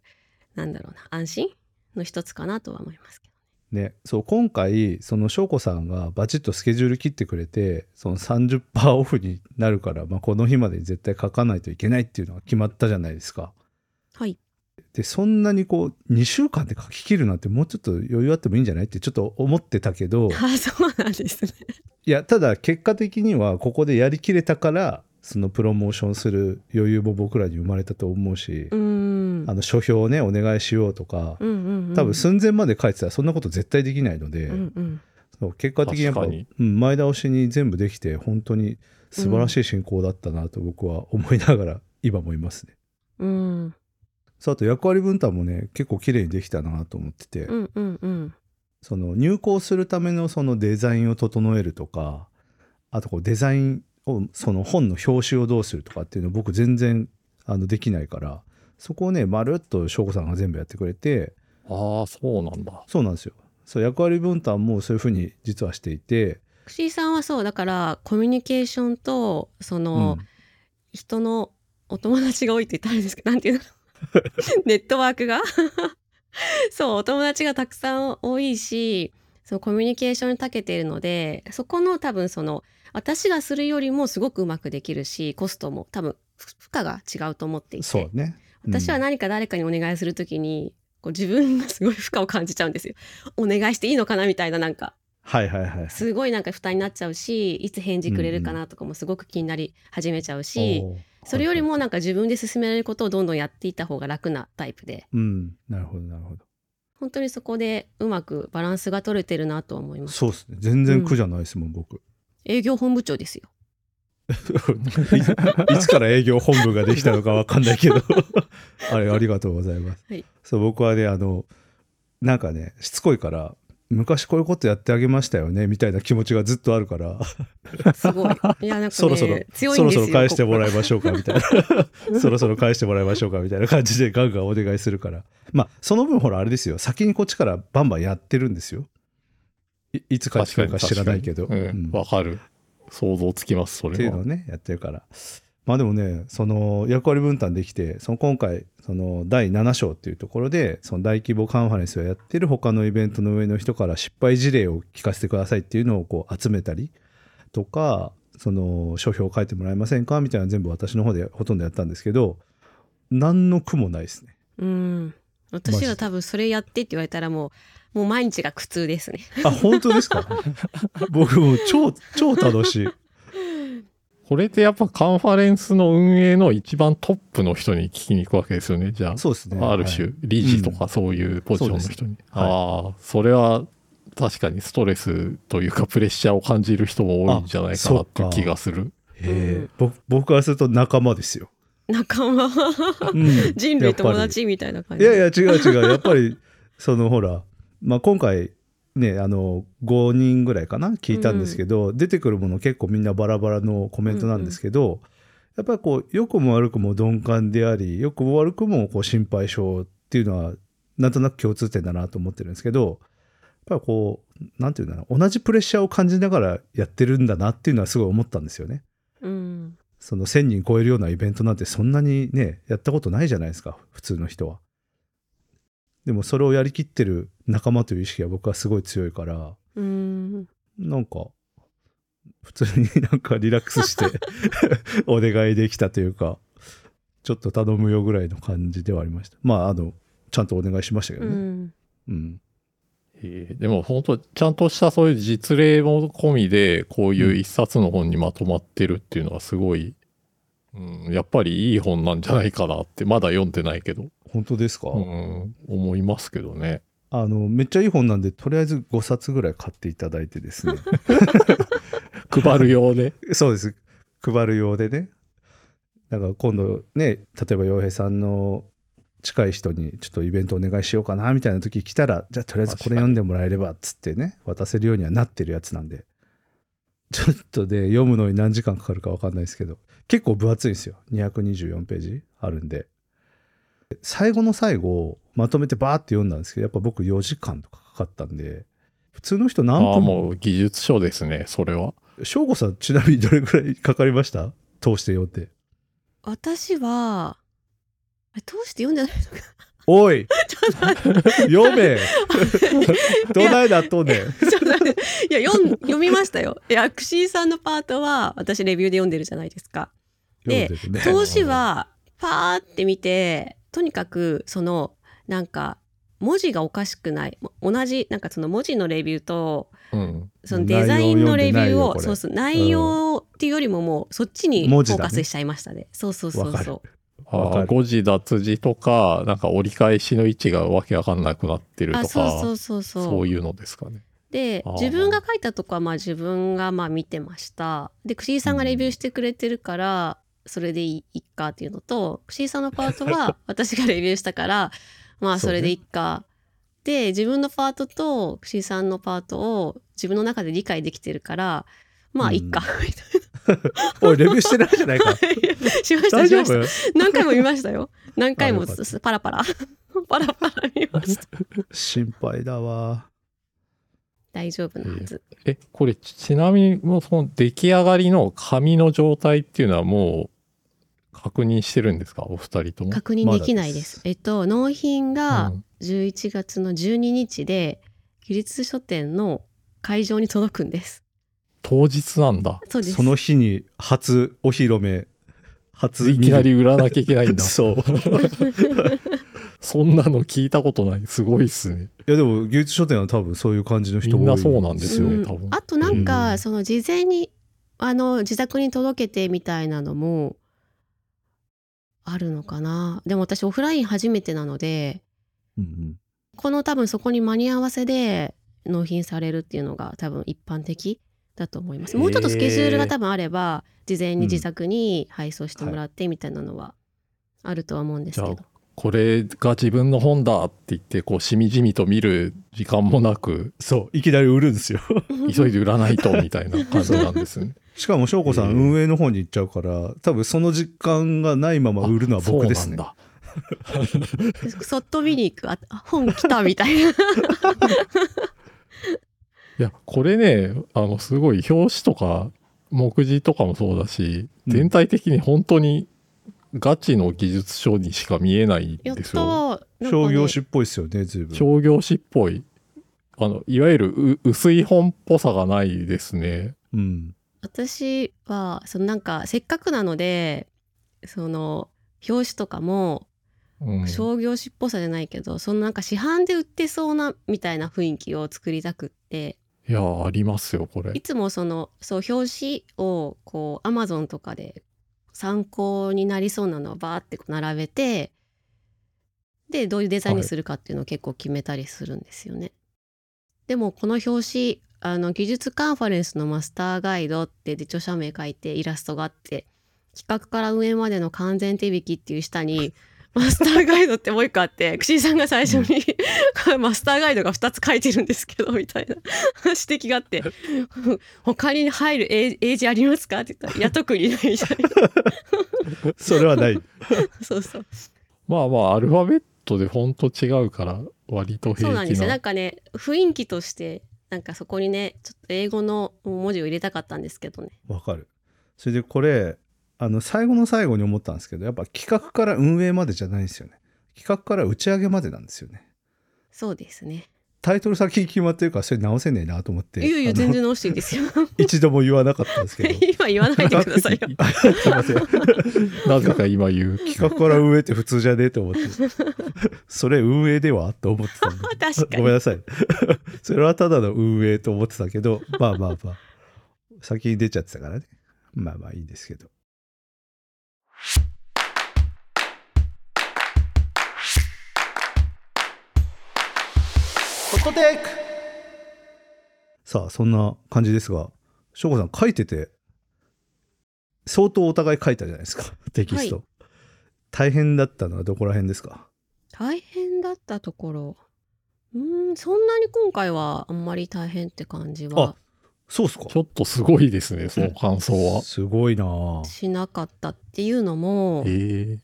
[SPEAKER 3] なんだろうな、安心の一つかなとは思いますけど。
[SPEAKER 2] ね、そう今回その翔子さんがバチッとスケジュール切ってくれてその30%オフになるから、まあ、この日までに絶対書かないといけないっていうのが決まったじゃないですか。
[SPEAKER 3] はい。
[SPEAKER 2] でそんなにこう2週間で書き切るなんてもうちょっと余裕あってもいいんじゃないってちょっと思ってたけど
[SPEAKER 3] ああ、そうなんですね。
[SPEAKER 2] いやただ結果的にはここでやりきれたからそのプロモーションする余裕も僕らに生まれたと思うし、
[SPEAKER 3] うーん。
[SPEAKER 2] あの書評をねお願いしようとか、
[SPEAKER 3] うんうんうん、
[SPEAKER 2] 多分寸前まで書いてたらそんなこと絶対できないので。
[SPEAKER 3] うんうん。
[SPEAKER 2] そう結果的にやっぱ
[SPEAKER 1] 確かに
[SPEAKER 2] うん、前倒しに全部できて本当に素晴らしい進行だったなと僕は思いながら今もいますね。
[SPEAKER 3] うん
[SPEAKER 2] そうあと役割分担もね結構綺麗にできたなと思ってて、
[SPEAKER 3] うんうんうん。
[SPEAKER 2] その入稿するためのそのデザインを整えるとかあとこうデザインをその本の表紙をどうするとかっていうの僕全然あのできないからそこをねまるっと翔子さんが全部やってくれて
[SPEAKER 1] ああ、そうなんだ。
[SPEAKER 2] そうなんですよ。そう役割分担もそういうふうに実はしていて、
[SPEAKER 3] くしーさんはそうだからコミュニケーションとその、
[SPEAKER 2] うん
[SPEAKER 3] 人のお友達が多いって言ったらあれですけどなん
[SPEAKER 2] (laughs)
[SPEAKER 3] ていうのネットワークが (laughs) そうお友達がたくさん多いしそのコミュニケーションに長けているのでそこの多分その私がするよりもすごくうまくできるしコストも多分ふ負荷が違うと思っていて
[SPEAKER 2] そうね。うん
[SPEAKER 3] 私は何か誰かにお願いするときにこう自分がすごい負荷を感じちゃうんですよ。お願いしていいのかなみたいななんか
[SPEAKER 2] はいはいはい。
[SPEAKER 3] すごいなんか負担になっちゃうしいつ返事くれるかなとかもすごく気になり始めちゃうし、
[SPEAKER 2] おー
[SPEAKER 3] それより、もなんか自分で進められることをどんどんやっていった方が楽なタイプで
[SPEAKER 2] うん、なるほどなるほど。
[SPEAKER 3] 本当にそこでうまくバランスが取れてるなとは思います
[SPEAKER 2] そうですね。全然苦じゃないですもん、僕。
[SPEAKER 3] 営業本部長ですよ
[SPEAKER 2] い
[SPEAKER 3] (laughs)
[SPEAKER 2] ついつから営業本部ができたのかわかんないけど、あれありがとうございます。
[SPEAKER 3] はい
[SPEAKER 2] そう僕はねあのなんかねしつこいから。昔こういうことやってあげましたよねみたいな気持ちがずっとあるから、(laughs)
[SPEAKER 3] すごいいやなんかね
[SPEAKER 2] そろそろ、
[SPEAKER 3] 強い
[SPEAKER 2] そ
[SPEAKER 3] ん
[SPEAKER 2] ろ
[SPEAKER 3] で
[SPEAKER 2] そ
[SPEAKER 3] すよ
[SPEAKER 2] ろ返してもら
[SPEAKER 3] う
[SPEAKER 2] いましょうかみたいな (laughs) そろそろ返してもらいましょうかみたいな感じでガンガンお願いするからまあその分ほらあれですよ先にこっちからバンバンやってるんですよいいつ返ってく
[SPEAKER 1] 確か
[SPEAKER 2] る
[SPEAKER 1] に
[SPEAKER 2] か知らないけど、
[SPEAKER 1] 確かに
[SPEAKER 2] う
[SPEAKER 1] うんん、わかる。想像つきます、そ
[SPEAKER 2] ってい
[SPEAKER 1] れ
[SPEAKER 2] うの
[SPEAKER 1] は
[SPEAKER 2] を。ねやってるからまあでもねその役割分担できてその今回その第7章っていうところでその大規模カンファレンスをやってる他のイベントの上の人から失敗事例を聞かせてくださいっていうのをこう集めたりとかその書評を書いてもらえませんかみたいなの全部私の方でほとんどやったんですけど何の苦もないですね。
[SPEAKER 3] うん私は多分それやってって言われたらもうもう毎日が苦痛ですね (laughs)
[SPEAKER 2] あ本当ですか (laughs) 僕もう超超楽し (laughs) い。
[SPEAKER 1] これってやっぱカンファレンスの運営の一番トップの人に聞きに行くわけですよね、じゃあ。
[SPEAKER 2] そうですね。
[SPEAKER 1] ある種、
[SPEAKER 2] はい
[SPEAKER 1] 理事とかそういうポジションの人に。
[SPEAKER 2] そうですはい
[SPEAKER 1] ああ、それは確かにストレスというかプレッシャーを感じる人も多いんじゃないかなっていう気がする。
[SPEAKER 2] へえ僕僕からすると仲間ですよ。
[SPEAKER 3] 仲間
[SPEAKER 2] うん
[SPEAKER 3] 人類友達みたいな感
[SPEAKER 2] い
[SPEAKER 3] じ
[SPEAKER 2] やいや違う違うやっぱり (laughs) そのほら、まあ、今回ねあの5人ぐらいかな聞いたんですけど、出てくるもの結構みんなバラバラのコメントなんですけど、やっぱりこう良くも悪くも鈍感であり良くも悪くもこう心配性っていうのはなんとなく共通点だなと思ってるんですけどやっぱりこうなんていうんだろう同じプレッシャーを感じながらやってるんだなっていうのはすごい思ったんですよね。
[SPEAKER 3] うん
[SPEAKER 2] その1,000人超えるようなイベントなんてそんなにねやったことないじゃないですか普通の人は。でもそれをやりきってる仲間という意識は僕はすごい強いから
[SPEAKER 3] うん
[SPEAKER 2] なんか普通になんかリラックス
[SPEAKER 3] (laughs)
[SPEAKER 2] してお願いできたというかちょっと頼むよぐらいの感じではありました。まああのちゃんとお願いしましたけ
[SPEAKER 3] う
[SPEAKER 2] どね。
[SPEAKER 3] ん
[SPEAKER 2] うん
[SPEAKER 1] えーでも本当ちゃんとしたそういう実例も込みでこういう一冊の本にまとまってるっていうのはすごい、うん、やっぱりいい本なんじゃないかなってまだ読んでないけど、
[SPEAKER 2] 本当ですか、
[SPEAKER 1] うん、思いますけどね。
[SPEAKER 2] あのめっちゃいい本なんでとりあえず5冊ぐらい買っていただいてですね
[SPEAKER 1] 配る用で。
[SPEAKER 2] (laughs) そうです。配る用でね。だから今度ね、例えば洋平さんの近い人にちょっとイベントお願いしようかなみたいな時来たら、じゃあとりあえずこれ読んでもらえればっつってね、渡せるようにはなってるやつなんで。ちょっとね、読むのに何時間かかるかわかんないですけど、結構分厚いんですよ。224ページあるんで。最後の最後、まとめてバーって読んだんですけど、やっぱ僕4時間とかかかったんで、普通の人
[SPEAKER 1] あ
[SPEAKER 2] 何
[SPEAKER 1] あ、
[SPEAKER 2] 分も
[SPEAKER 1] もう技術書ですね、それは。
[SPEAKER 2] 翔吾さんちなみにどれぐらいかかりました通して読んで
[SPEAKER 3] 私はあれ通して読んでないのか
[SPEAKER 2] おい読
[SPEAKER 3] (laughs)
[SPEAKER 2] めどないだっとんねん
[SPEAKER 3] ちょっと待っていや読ん読みましたよ。いや、クシーさんのパートは私レビューで読んでるじゃないですか。で
[SPEAKER 2] 読んでるね
[SPEAKER 3] 投資はパーって見てとにかくそのなんか文字がおかしくないも同じなんかその文字のレビューと
[SPEAKER 1] うん。
[SPEAKER 3] そのデザインのレビュー
[SPEAKER 2] 内容を読ん
[SPEAKER 3] を
[SPEAKER 2] でないよこれ
[SPEAKER 3] そうそう内容っていうよりももうそっちにフ
[SPEAKER 2] 文
[SPEAKER 3] ォ
[SPEAKER 2] 字だ
[SPEAKER 3] ー
[SPEAKER 2] ね
[SPEAKER 3] カスしちゃいましたね。そうそうそう
[SPEAKER 2] わか
[SPEAKER 3] そ
[SPEAKER 2] る
[SPEAKER 3] う。
[SPEAKER 2] わか
[SPEAKER 1] あ
[SPEAKER 2] る
[SPEAKER 1] 誤字脱字とか、なんか折り返しの位置がわけわかんなくなってると
[SPEAKER 3] あ
[SPEAKER 1] か、
[SPEAKER 3] そうそうそうそう。
[SPEAKER 1] そういうのですかね。
[SPEAKER 3] で
[SPEAKER 1] あー
[SPEAKER 3] 自分が書いたとこはまあ自分がまあ見てましたで串井さんがレビューしてくれてるから、それでいいっかっていうのと串井さんのパー
[SPEAKER 2] (laughs)
[SPEAKER 3] トは私がレビューしたからまあ
[SPEAKER 2] そう
[SPEAKER 3] そ
[SPEAKER 2] ね
[SPEAKER 3] れでいいっか、で自分のパートと串井さんのパートを自分の中で理解できてるからまあいいっか、みた
[SPEAKER 2] おいレビューしてないじゃ
[SPEAKER 3] (laughs)
[SPEAKER 2] ないか
[SPEAKER 3] い
[SPEAKER 2] (laughs)
[SPEAKER 3] なしました
[SPEAKER 2] 大
[SPEAKER 3] し
[SPEAKER 2] 丈
[SPEAKER 3] まし
[SPEAKER 2] 夫
[SPEAKER 3] た何回も見ましたよ何回も
[SPEAKER 2] あよかっ
[SPEAKER 3] パラパ (laughs) ラパラパラ見ました
[SPEAKER 2] 心配だわ
[SPEAKER 3] 大丈夫なはず
[SPEAKER 1] え、これちちなみにもうその出来上がりの紙の状態っていうのはもう確認してるんですかお二人とも。
[SPEAKER 3] 確認できないです
[SPEAKER 2] まだ
[SPEAKER 3] えっと納品が、
[SPEAKER 1] うん
[SPEAKER 3] 11月の12日で技術書店の会場に届くんです。
[SPEAKER 1] 当日なんだ。
[SPEAKER 3] そうです。
[SPEAKER 2] その日に初お披露目初
[SPEAKER 1] いきなり売らなきゃいけないんだ。
[SPEAKER 2] (laughs) そう
[SPEAKER 1] そんなの聞いたことない。すごいっすね。
[SPEAKER 2] いやでも技術書店は多分そういう感じの人多い
[SPEAKER 1] みんなそうなんですよね
[SPEAKER 3] うん
[SPEAKER 1] 多分
[SPEAKER 3] あとなんか、
[SPEAKER 2] うん
[SPEAKER 3] その事前にあの自宅に届けてみたいなのもあるのかな。でも私オフライン初めてなので
[SPEAKER 2] うんうん
[SPEAKER 3] この多分そこに間に合わせで納品されるっていうのが多分一般的だと思います。もうちょっとスケジュールが多分あれば事前に自宅に配送してもらってみたいなのはあるとは思うんですけど。
[SPEAKER 1] じこれが自分の本だって言って、こう、しみじみと見る時間もなく、
[SPEAKER 2] そういきなり売るんですよ
[SPEAKER 1] 急いで売らないと、みたいな感じなんです (laughs) ね。
[SPEAKER 2] しかも翔子さ
[SPEAKER 1] え
[SPEAKER 2] ん
[SPEAKER 1] ー
[SPEAKER 2] 運営の方に行っちゃうから多分その時間がないまま売るのは僕ですね
[SPEAKER 1] あ
[SPEAKER 3] (laughs) そっと見に行くあ本来たみたいな
[SPEAKER 1] いやこれねあのすごい表紙とか目次とかもそうだし、
[SPEAKER 2] うん
[SPEAKER 1] 全体的に本当にガチの技術書にしか見えないん
[SPEAKER 3] やっ
[SPEAKER 1] ですよ。
[SPEAKER 3] と
[SPEAKER 2] 商業
[SPEAKER 3] 誌
[SPEAKER 2] 誌っぽいですよね随分
[SPEAKER 1] 商業誌っぽいあのいわゆるう薄い本っぽさがないですね。
[SPEAKER 2] うん
[SPEAKER 3] 私はそのなんかせっかくなのでその表紙とかも
[SPEAKER 1] うん、
[SPEAKER 3] 商業誌っぽさじゃないけど、そのなんか市販で売ってそうなみたいな雰囲気を作りたくって
[SPEAKER 1] いやありますよこれ (laughs)
[SPEAKER 3] い。つもそのそう表紙をこうアマゾンとかで参考になりそうなのをバーってこう並べてでどういうデザインにするかっていうのを結構決めたりするんですよね。でもこの表紙あの技術カンファレンスのマスターガイドってで著者名書いてイラストがあって企画から運営までの完全手引きっていう下に (laughs) マスターガイドってもう一個あって串井さんが最初にこれマスターガイドが2つ書いてるんですけどみたいな (laughs) 指摘があ (laughs) って他に入る英英字ありますかって (laughs) 言ったら「いや特にない」みたい (laughs) な
[SPEAKER 2] それは
[SPEAKER 3] (laughs)
[SPEAKER 2] ない
[SPEAKER 3] そうそう
[SPEAKER 1] まあまあアルファベットでフォント違うから割と
[SPEAKER 3] そう
[SPEAKER 1] 平
[SPEAKER 3] なんで
[SPEAKER 1] 気
[SPEAKER 3] すよな
[SPEAKER 1] なん
[SPEAKER 3] かね雰囲気としてなんかそこにねちょっと英語の文字を入れたかったんですけどね
[SPEAKER 2] わかるそれでこれあの最後の最後に思ったんですけどやっぱ企画から運営までじゃないんですよね企画から打ち上げまでなんですよね
[SPEAKER 3] そうですね
[SPEAKER 2] タイトル先決まってるからそれ直せねえなと思って
[SPEAKER 3] いやいや
[SPEAKER 2] あの
[SPEAKER 3] 全然直していいですよ
[SPEAKER 2] (laughs) 一度も言わなかったんですけど
[SPEAKER 3] (laughs) 今言わ (laughs) ないでくだ (laughs) さいよ
[SPEAKER 2] すいません
[SPEAKER 1] なぜか今言う。
[SPEAKER 2] 企画から運営って普通じゃねえと思って (laughs) それ運営ではと思ってたんで
[SPEAKER 3] 確
[SPEAKER 2] ご
[SPEAKER 3] か
[SPEAKER 2] めん
[SPEAKER 3] に
[SPEAKER 2] なさい (laughs) それはただの運営と思ってたけ
[SPEAKER 3] (laughs)
[SPEAKER 2] どまあまあまあ先に出ちゃってたからねまあまあいいんですけどここでさあそんな感じですが翔子さん書いてて相当お互い書いたじゃないですか (laughs) テキスト、
[SPEAKER 3] は
[SPEAKER 2] 大変だったのはどこら辺ですか
[SPEAKER 3] 大変だったところうーんそんなに今回はあんまり大変って感じは
[SPEAKER 2] そうっすか
[SPEAKER 1] ちょっとすごいですねその感想は。
[SPEAKER 2] すごいなあ
[SPEAKER 3] しなかったっていうのも
[SPEAKER 1] え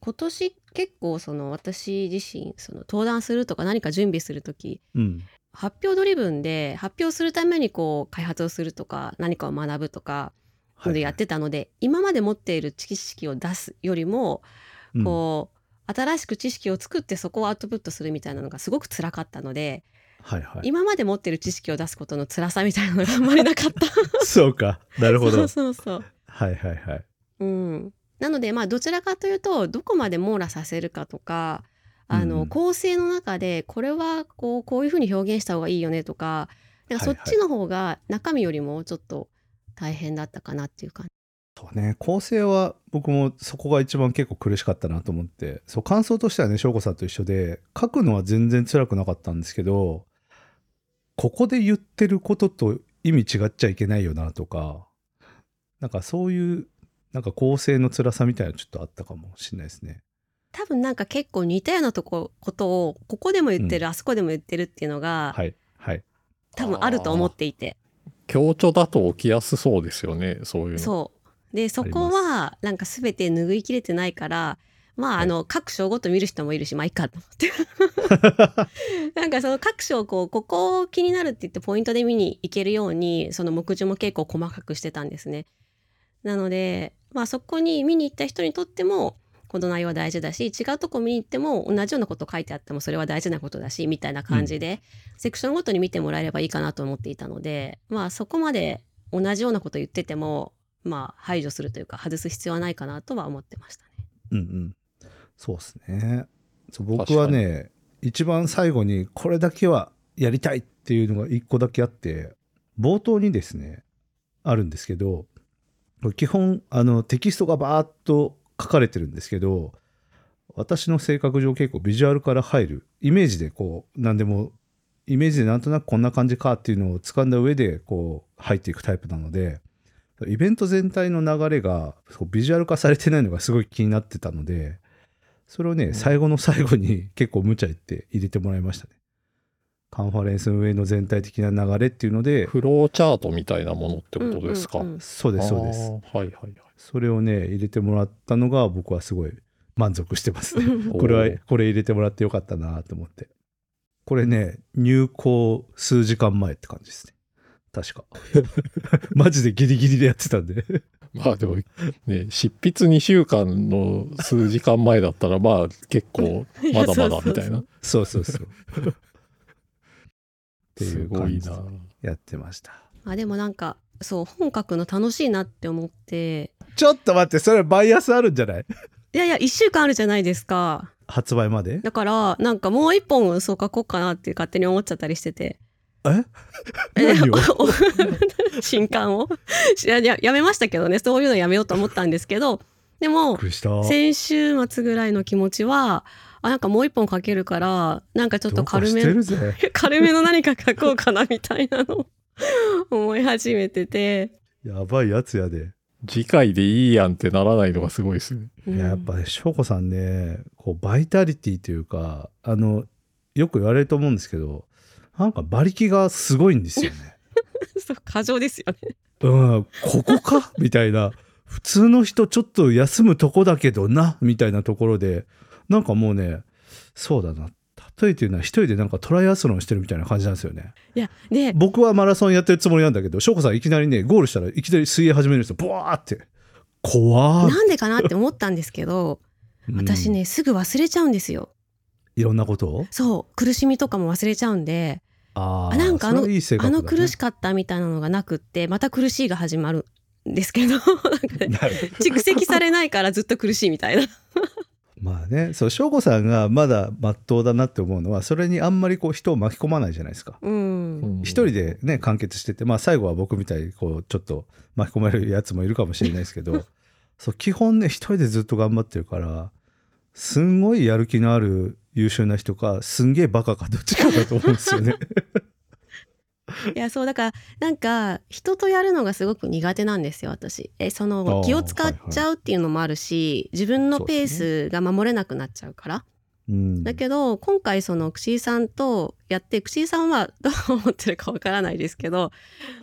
[SPEAKER 3] 今年結構その私自身その登壇するとか何か準備する時
[SPEAKER 2] うん
[SPEAKER 3] 発表ドリブンで発表するためにこう開発をするとか何かを学ぶとか
[SPEAKER 2] はい
[SPEAKER 3] のでやってたので、今まで持っている知識を出すよりも
[SPEAKER 2] うん
[SPEAKER 3] こう、新しく知識を作ってそこをアウトプットするみたいなのがすごく辛かったので、
[SPEAKER 2] はいはい。
[SPEAKER 3] 今まで持ってる知識を出すことの辛さみたいなのがあんまりな
[SPEAKER 2] (laughs)
[SPEAKER 3] かった。
[SPEAKER 2] そう
[SPEAKER 3] (laughs)
[SPEAKER 2] か。なるほ
[SPEAKER 3] そ
[SPEAKER 2] ど
[SPEAKER 3] う。そうそう。
[SPEAKER 2] はいはいはい。
[SPEAKER 3] うん、なのでまあどちらかというとどこまで網羅させるかとかあ
[SPEAKER 2] うんう
[SPEAKER 3] の
[SPEAKER 2] ん
[SPEAKER 3] 構成の中でこれはこうこういうふうに表現した方がいいよねとかなんかそっちの方が中身よりもちょっと大変だったかなっていう感じ。
[SPEAKER 2] そうね、構成は僕もそこが一番結構苦しかったなと思ってそう感想としてはね翔子さんと一緒で書くのは全然辛くなかったんですけどここで言ってることと意味違っちゃいけないよなとかなんかそういうなんか構成の辛さみたいなのちょっとあったかもしれないですね。
[SPEAKER 3] 多分なんか結構似たようなとこことをここでも言ってる、あそこでも言ってるっていうのが、
[SPEAKER 2] はい、はい、
[SPEAKER 3] 多分あると思っていて
[SPEAKER 1] 強調だと起きやすそうですよねそういうの
[SPEAKER 3] そうでそこはなんか全て拭いきれてないからまああの、各章ごと見る人もいるしまあいいかと思
[SPEAKER 1] (laughs)
[SPEAKER 3] ってなんかその各章こうここ気になるって言ってポイントで見に行けるようにその目次も結構細かくしてたんですねなのでまあそこに見に行った人にとってもこの内容は大事だし違うとこ見に行っても同じようなこと書いてあってもそれは大事なことだしみたいな感じで、セクションごとに見てもらえればいいかなと思っていたのでまあそこまで同じようなこと言っててもまあ排除するというか外す必要はないかなとは思ってましたね。
[SPEAKER 2] うんうん、そうですねそう僕はね一番最後にこれだけはやりたいっていうのが一個だけあって冒頭にですねあるんですけど基本あのテキストがバーッと書かれてるんですけど私の性格上結構ビジュアルから入るイメージでこう何でもイメージでなんとなくこんな感じかっていうのを掴んだ上でこう入っていくタイプなのでイベント全体の流れがそうビジュアル化されてないのがすごい気になってたのでそれをね、
[SPEAKER 1] ん
[SPEAKER 2] 最後の最後に結構無茶言って入れてもらいましたね。カンファレンスの上の全体的な流れっていうので
[SPEAKER 1] フローチャートみたいなものってことですか、
[SPEAKER 3] うんうんうん
[SPEAKER 2] そうですそうです。
[SPEAKER 1] あーはいはいはい
[SPEAKER 2] それをね入れてもらったのが僕はすごい満足してますね
[SPEAKER 1] おー
[SPEAKER 2] これはこれ入れてもらってよかったなと思ってこれね入校数時間前って感じですね確 (laughs) かマジでギリギリでやってたんで
[SPEAKER 1] まあでもね執筆2週間の数時間前だったらまあ結構 (laughs) ま
[SPEAKER 3] (laughs)
[SPEAKER 1] だまだみたいな
[SPEAKER 2] そうそうそう (laughs) ってい
[SPEAKER 1] す
[SPEAKER 2] う
[SPEAKER 1] ご
[SPEAKER 2] 感
[SPEAKER 1] い
[SPEAKER 2] じで
[SPEAKER 1] な
[SPEAKER 2] やってました
[SPEAKER 3] まあでもなんかそう本書くの楽しいなって思って
[SPEAKER 2] ちょっと待ってそれバイアスあるんじゃない
[SPEAKER 3] いやいや1週間あるじゃないですか
[SPEAKER 2] 発売まで
[SPEAKER 3] だからなんかもう一本そう書こうかなって勝手に思っちゃったりしてて
[SPEAKER 2] え
[SPEAKER 3] え
[SPEAKER 2] 何を
[SPEAKER 3] (laughs) 新刊をいやややめましたけどねそういうのやめようと思ったんですけどでも
[SPEAKER 2] びっくりした
[SPEAKER 3] 先週末ぐらいの気持ちはあなんかもう一本書けるからなんかちょっと軽め
[SPEAKER 2] ど
[SPEAKER 3] の
[SPEAKER 2] うかしてるぜ (laughs)
[SPEAKER 3] (laughs) 軽めの何か書こうかなみたいなのを (laughs) 思い始めてて、
[SPEAKER 2] やばいやつやで
[SPEAKER 1] 次回でいいやんってならないのがすごいですね
[SPEAKER 3] うん
[SPEAKER 2] いややっぱね翔子さんねこうバイタリティというかあのよく言われると思うんですけどなんか馬力がすごいんですよ
[SPEAKER 3] (laughs)
[SPEAKER 2] ね。
[SPEAKER 3] (laughs) そう過剰ですよね
[SPEAKER 2] うんここかみたいな普通の人ちょっと休むとこだけどなみたいなところでなんかもうねそうだな例えて言うのは一人でなんかトライアスロンしてるみたいな感じなんですよね。
[SPEAKER 3] いやで
[SPEAKER 2] 僕はマラソンやってるつもりなんだけど翔子さんいきなりねゴールしたらいきなり水泳始めるんですよブワーって怖ー
[SPEAKER 3] なんでかなって思ったんですけど
[SPEAKER 2] うん
[SPEAKER 3] 私ねすぐ忘れちゃうんですよ
[SPEAKER 2] いろんなことを
[SPEAKER 3] そう苦しみとかも忘れちゃうんで
[SPEAKER 2] あー
[SPEAKER 3] あなんかあの
[SPEAKER 2] それはいい性
[SPEAKER 3] あ
[SPEAKER 2] 格だね
[SPEAKER 3] の苦しかったみたいなのがなくってまた苦しいが始まるんですけど (laughs) なんかね
[SPEAKER 2] なる
[SPEAKER 3] 蓄積されないからずっと苦しいみたいな
[SPEAKER 2] (laughs) まあねそう翔子さんがまだ真っ当だなって思うのはそれにあんまりこう人を巻き込まないじゃないですか。
[SPEAKER 3] (laughs) うん
[SPEAKER 1] うん
[SPEAKER 2] 一人でね完結してて、まあ、最後は僕みたいにこうちょっと巻き込まれるやつもいるかもしれないですけ
[SPEAKER 3] (laughs)
[SPEAKER 2] どそう基本ね一人でずっと頑張ってるからすんごいやる気のある優秀な人かすんげえバカかどっちかだと思うんですよ
[SPEAKER 3] (laughs)
[SPEAKER 2] ね。
[SPEAKER 3] いやそうだからなんか人とやるのがすごく苦手なんですよ私えそ
[SPEAKER 2] あ
[SPEAKER 3] の
[SPEAKER 2] ー
[SPEAKER 3] 気を使っちゃうっていうのもあるし、自分のペースが守れなくなっちゃうから
[SPEAKER 2] うん、
[SPEAKER 3] だけど今回その串井さんとやって串井さんはどう思ってるかわからないですけど、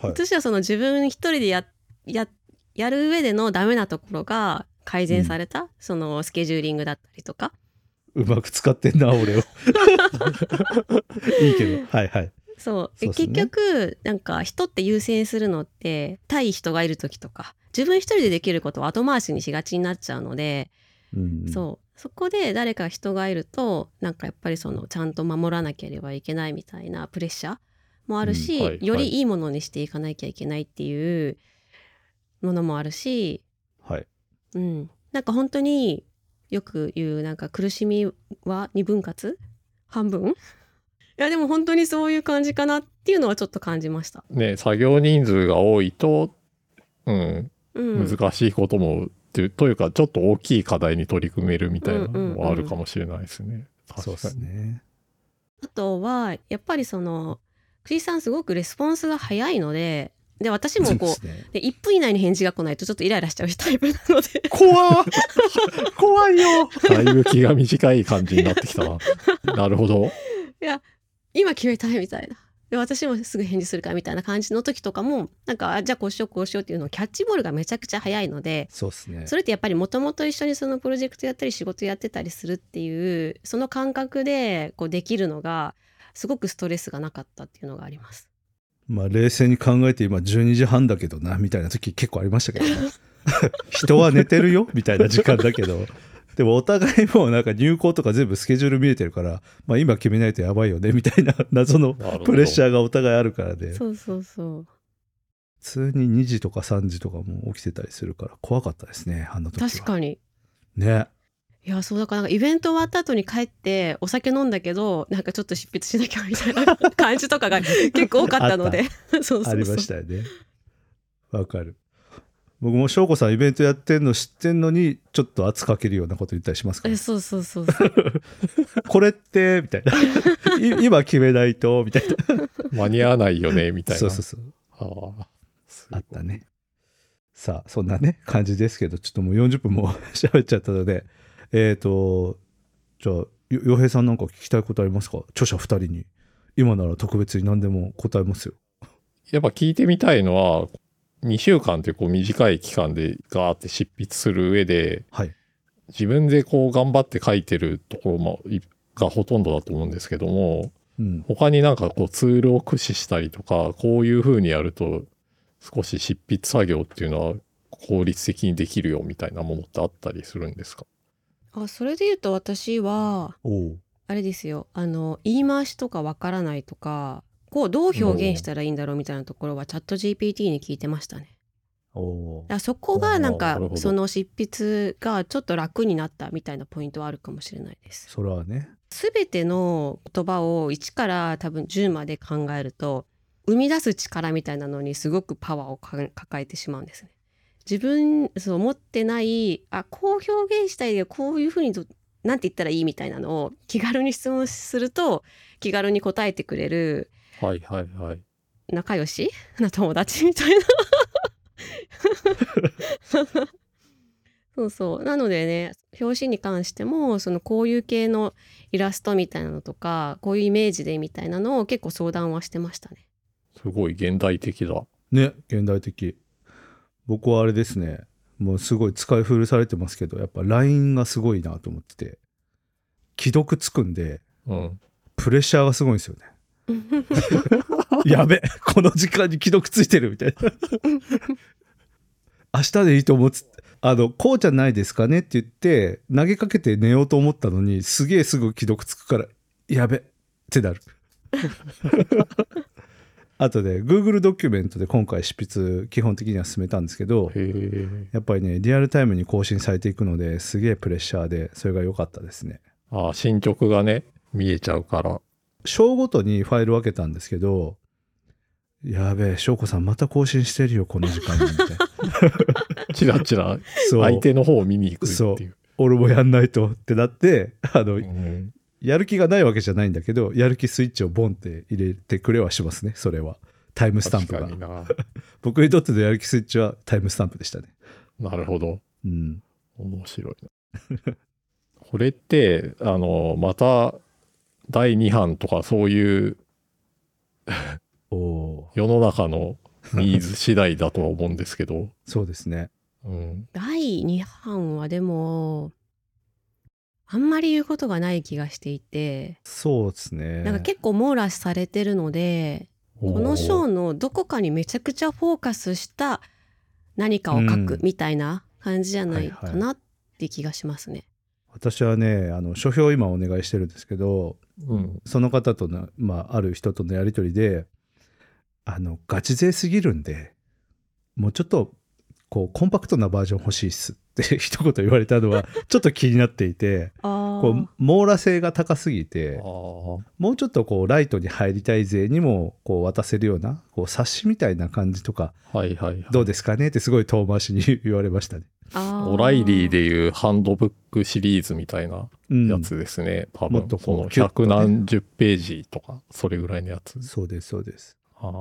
[SPEAKER 2] はい
[SPEAKER 3] 私はその自分一人でやややる上でのダメなところが改善された、そのスケジューリングだったりとか
[SPEAKER 2] うまく使ってんな俺を。 (laughs) いいけどはいはい。
[SPEAKER 3] そう
[SPEAKER 2] そうっすね
[SPEAKER 3] 結局なんか人って優先するのって対人がいる時とか自分一人でできることを後回しにしがちになっちゃうので、
[SPEAKER 2] うん
[SPEAKER 3] そうそこで誰か人がいるとなんかやっぱりそのちゃんと守らなければいけないみたいなプレッシャーもあるし、
[SPEAKER 1] うんはい
[SPEAKER 3] よ
[SPEAKER 1] はい
[SPEAKER 3] りいいものにしていかなきゃいけないっていうものもあるし、
[SPEAKER 2] はい。
[SPEAKER 3] うん、なんか本当によく言うなんか苦しみは二分割半
[SPEAKER 1] (laughs)
[SPEAKER 3] 分いやでも本当にそういう感じかなっていうのはちょっと感じました。
[SPEAKER 1] ね、作業人数が多いと、うん、
[SPEAKER 3] うん、
[SPEAKER 1] 難しいことも、というというか、ちょっと大きい課題に取り組めるみたいなのはあるかもしれないですね。
[SPEAKER 2] そうで
[SPEAKER 1] 確か
[SPEAKER 2] す
[SPEAKER 1] に。
[SPEAKER 2] ね。
[SPEAKER 3] あとはやっぱりそのクリスさんすごくレスポンスが早いのでで私も
[SPEAKER 1] (laughs)
[SPEAKER 2] そ
[SPEAKER 3] こう
[SPEAKER 2] うですね
[SPEAKER 3] で1分以内に返事が来ないとちょっとイライラしちゃうタイプなので (laughs)
[SPEAKER 1] 怖っ怖いよ (laughs) だいぶ気が短い感じになってきたな。なるほど。
[SPEAKER 3] 今決めたいみたいなで私もすぐ返事するからみたいな感じの時とかもなんかあじゃあこうしようこうしようっていうのをキャッチボールがめちゃくちゃ早いので
[SPEAKER 2] そうですね。
[SPEAKER 3] それってやっぱりもともと一緒にそのプロジェクトやったり仕事やってたりするっていうその感覚でこうできるのがすごくストレスがなかったっていうのがあります。
[SPEAKER 2] まあ冷静に考えて今12時半だけどなみたいな時結構ありましたけどね (laughs) 人は寝てるよみたいな時間だけどでもお互いもうなんか入校とか全部スケジュール見えてるから、まあ、今決めないとやばいよねみたいな謎の
[SPEAKER 1] なるほど
[SPEAKER 2] プレッシャーがお互いあるからで普
[SPEAKER 3] そうそうそう
[SPEAKER 2] 通に2時とか3時とかも起きてたりするから怖かったですねあの時は
[SPEAKER 3] 確かに
[SPEAKER 2] ね
[SPEAKER 3] いやそうだからなんかイベント終わった後に帰ってお酒飲んだけどなんかちょっと執筆しなきゃみたいな感じとかが結構多かったのでそうそうそう
[SPEAKER 2] ありましたよねわかる僕も翔子さんイベントやってんの知ってんのにちょっと圧かけるようなこと言ったりしますから
[SPEAKER 3] えそうそうそうそう
[SPEAKER 2] これってみたいない今決めないとみたいな
[SPEAKER 1] 間に合わないよね、みたいな。
[SPEAKER 2] そうそうそう
[SPEAKER 1] ああすご
[SPEAKER 2] あ
[SPEAKER 1] い
[SPEAKER 2] ったねさあそんなね感じですけどちょっともう40分も喋っちゃったのでえっ、とじゃあよ洋平さんなんか聞きたいことありますか著者2人に今なら特別に何でも答えますよ
[SPEAKER 1] やっぱ聞いてみたいのは、2週間ってこう短い期間でガーって執筆する上で、
[SPEAKER 2] はい
[SPEAKER 1] 自分でこう頑張って書いてるところもいがほとんどだと思うんですけども、
[SPEAKER 2] うん
[SPEAKER 1] 他になんかこうツールを駆使したりとか、こういう風にやると少し執筆作業っていうのは効率的にできるよみたいなものってあったりするんですか
[SPEAKER 3] あそれで言うと私は
[SPEAKER 2] おお
[SPEAKER 3] あれですよあの言い回しとかわからないとかこうどう表現したらいいんだろうみたいなところはチャット GPT に聞いてましたね
[SPEAKER 2] おお
[SPEAKER 3] だからそこがなん
[SPEAKER 1] あーな
[SPEAKER 3] か
[SPEAKER 1] るほど
[SPEAKER 3] その執筆がちょっと楽になったみたいなポイントはあるかもしれないです
[SPEAKER 2] それはね
[SPEAKER 3] 全ての言葉を1から多分10まで考えると生み出す力みたいなのにすごくパワーをか抱えてしまうんですね。自分そう持ってないあこう表現したいでこういうふうにどなんて言ったらいいみたいなのを気軽に質問すると気軽に答えてくれる
[SPEAKER 1] はいはいはい。
[SPEAKER 3] 仲良し (laughs) な友達みたいな。 (laughs) そうそうなのでね表紙に関してもそのこういう系のイラストみたいなのとかこういうイメージでみたいなのを結構相談はしてましたね。
[SPEAKER 1] すごい現代的だ。
[SPEAKER 2] ね現代的僕はあれですねもうすごい使い古されてますけどやっぱ LINE がすごいなと思ってて既読つくんで
[SPEAKER 1] うん。
[SPEAKER 2] プレッシャーがすごいんですよねやべこの時間に既読ついてるみたいな (laughs) 明日でいいと思うっつってあのこうじゃないですかねって言って投げかけて寝ようと思ったのにすげえすぐ既読つくからやべってなる (laughs) あとで Google ドキュメントで今回執筆基本的には進めたんですけど
[SPEAKER 1] へえ。
[SPEAKER 2] やっぱりねリアルタイムに更新されていくのですげえプレッシャーでそれが良かったですね
[SPEAKER 1] ああ、進捗がね、見えちゃうから。
[SPEAKER 2] 章ごとにファイル分けたんですけどやべえ翔子さんまた更新してるよこの時間に
[SPEAKER 1] (laughs)
[SPEAKER 2] みたいな
[SPEAKER 1] チラチラ
[SPEAKER 2] そう
[SPEAKER 1] 相手の方を見に行くっていう。
[SPEAKER 2] 俺もやんないとってなってあの、
[SPEAKER 1] うん
[SPEAKER 2] やる気がないわけじゃないんだけどやる気スイッチをボンって入れてくれはしますねそれはタイムスタン
[SPEAKER 1] 確
[SPEAKER 2] プ
[SPEAKER 1] か
[SPEAKER 2] が
[SPEAKER 1] にな。
[SPEAKER 2] 僕にとってのやる気スイッチはタイムスタンプでしたね
[SPEAKER 1] なるほど。
[SPEAKER 2] うん
[SPEAKER 1] 面白いな。 (laughs) これって、あの、また第2版とかそういう
[SPEAKER 2] おお
[SPEAKER 1] 世の中のニーズ次第だとは思うんですけ
[SPEAKER 2] (laughs)
[SPEAKER 1] ど、
[SPEAKER 2] そうですね
[SPEAKER 1] うん、
[SPEAKER 3] 第2版はでもあんまり言うことがない気がしていて
[SPEAKER 2] そうですね
[SPEAKER 3] なんか結構網羅されてるのでこの章のどこかにめちゃくちゃフォーカスした何かを書
[SPEAKER 2] う
[SPEAKER 3] く
[SPEAKER 2] ん
[SPEAKER 3] みたいな感じじゃない
[SPEAKER 2] は
[SPEAKER 3] か
[SPEAKER 2] いは
[SPEAKER 3] なって気がしますね。
[SPEAKER 2] 私はねあの書評を今お願いしてるんですけど
[SPEAKER 1] うん。
[SPEAKER 2] その方との、まあ、ある人とのやり取りであのガチ勢すぎるんでもうちょっとこうコンパクトなバージョン欲しいっすって (laughs) 一言言われたのはちょっと気になっていて
[SPEAKER 3] あ
[SPEAKER 2] こう網羅性が高すぎて
[SPEAKER 1] あ
[SPEAKER 2] もうちょっとこうライトに入りたい勢にもこう渡せるようなこう冊子みたいな感じとか
[SPEAKER 1] あ、はいはいはい。
[SPEAKER 2] どうですかねってすごい遠回しに (laughs) 言われましたね。
[SPEAKER 3] あ
[SPEAKER 1] オライリーでいうハンドブックシリーズみたいな
[SPEAKER 2] うん
[SPEAKER 1] やつですね。多
[SPEAKER 2] もっ
[SPEAKER 1] 分
[SPEAKER 2] と
[SPEAKER 1] そ
[SPEAKER 2] こう
[SPEAKER 1] の
[SPEAKER 2] キュッと
[SPEAKER 1] 百
[SPEAKER 2] ね
[SPEAKER 1] 何十ページとか、それぐらいのやつ。
[SPEAKER 2] そうですそうです。
[SPEAKER 1] あ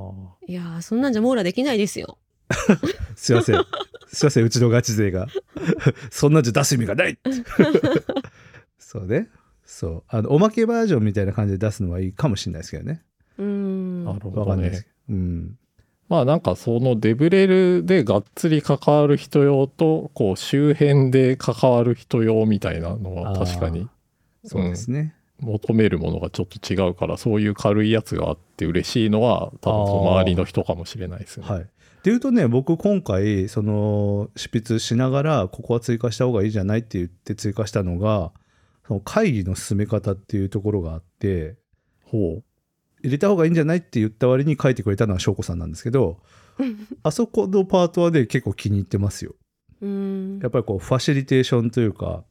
[SPEAKER 3] いやーそんなんじゃ網羅できないですよ。
[SPEAKER 2] すいませんすいませんうちのガチ勢が (laughs) そんなんじゃ出す意味がない (laughs) そうねそうあのおまけバージョンみたいな感じで出すのはいいかもしれないですけどね
[SPEAKER 3] うーん。
[SPEAKER 1] あ、なる
[SPEAKER 2] わ
[SPEAKER 1] ほ
[SPEAKER 2] か
[SPEAKER 1] ど
[SPEAKER 2] んないです
[SPEAKER 1] ね。
[SPEAKER 2] けどうん
[SPEAKER 1] まあなんかそのデブレルでがっつり関わる人用と、こう周辺で関わる人用みたいなのは確かに
[SPEAKER 2] そうですね、
[SPEAKER 1] 求めるものがちょっと違うから、そういう軽いやつがあって嬉しいのは、多分その周りの人かもしれないですね。
[SPEAKER 2] はいっていうとね僕今回その執筆しながらここは追加した方がいいじゃないって言って追加したのがその会議の進め方っていうところがあって
[SPEAKER 1] ほ
[SPEAKER 2] 入れた方がいいんじゃないって言った割に書いてくれたのは翔子さんなんですけ
[SPEAKER 1] (laughs)
[SPEAKER 2] どあそこのパートはね結構気に入ってますよ
[SPEAKER 3] うーん
[SPEAKER 2] やっぱりこうファシリテーションというか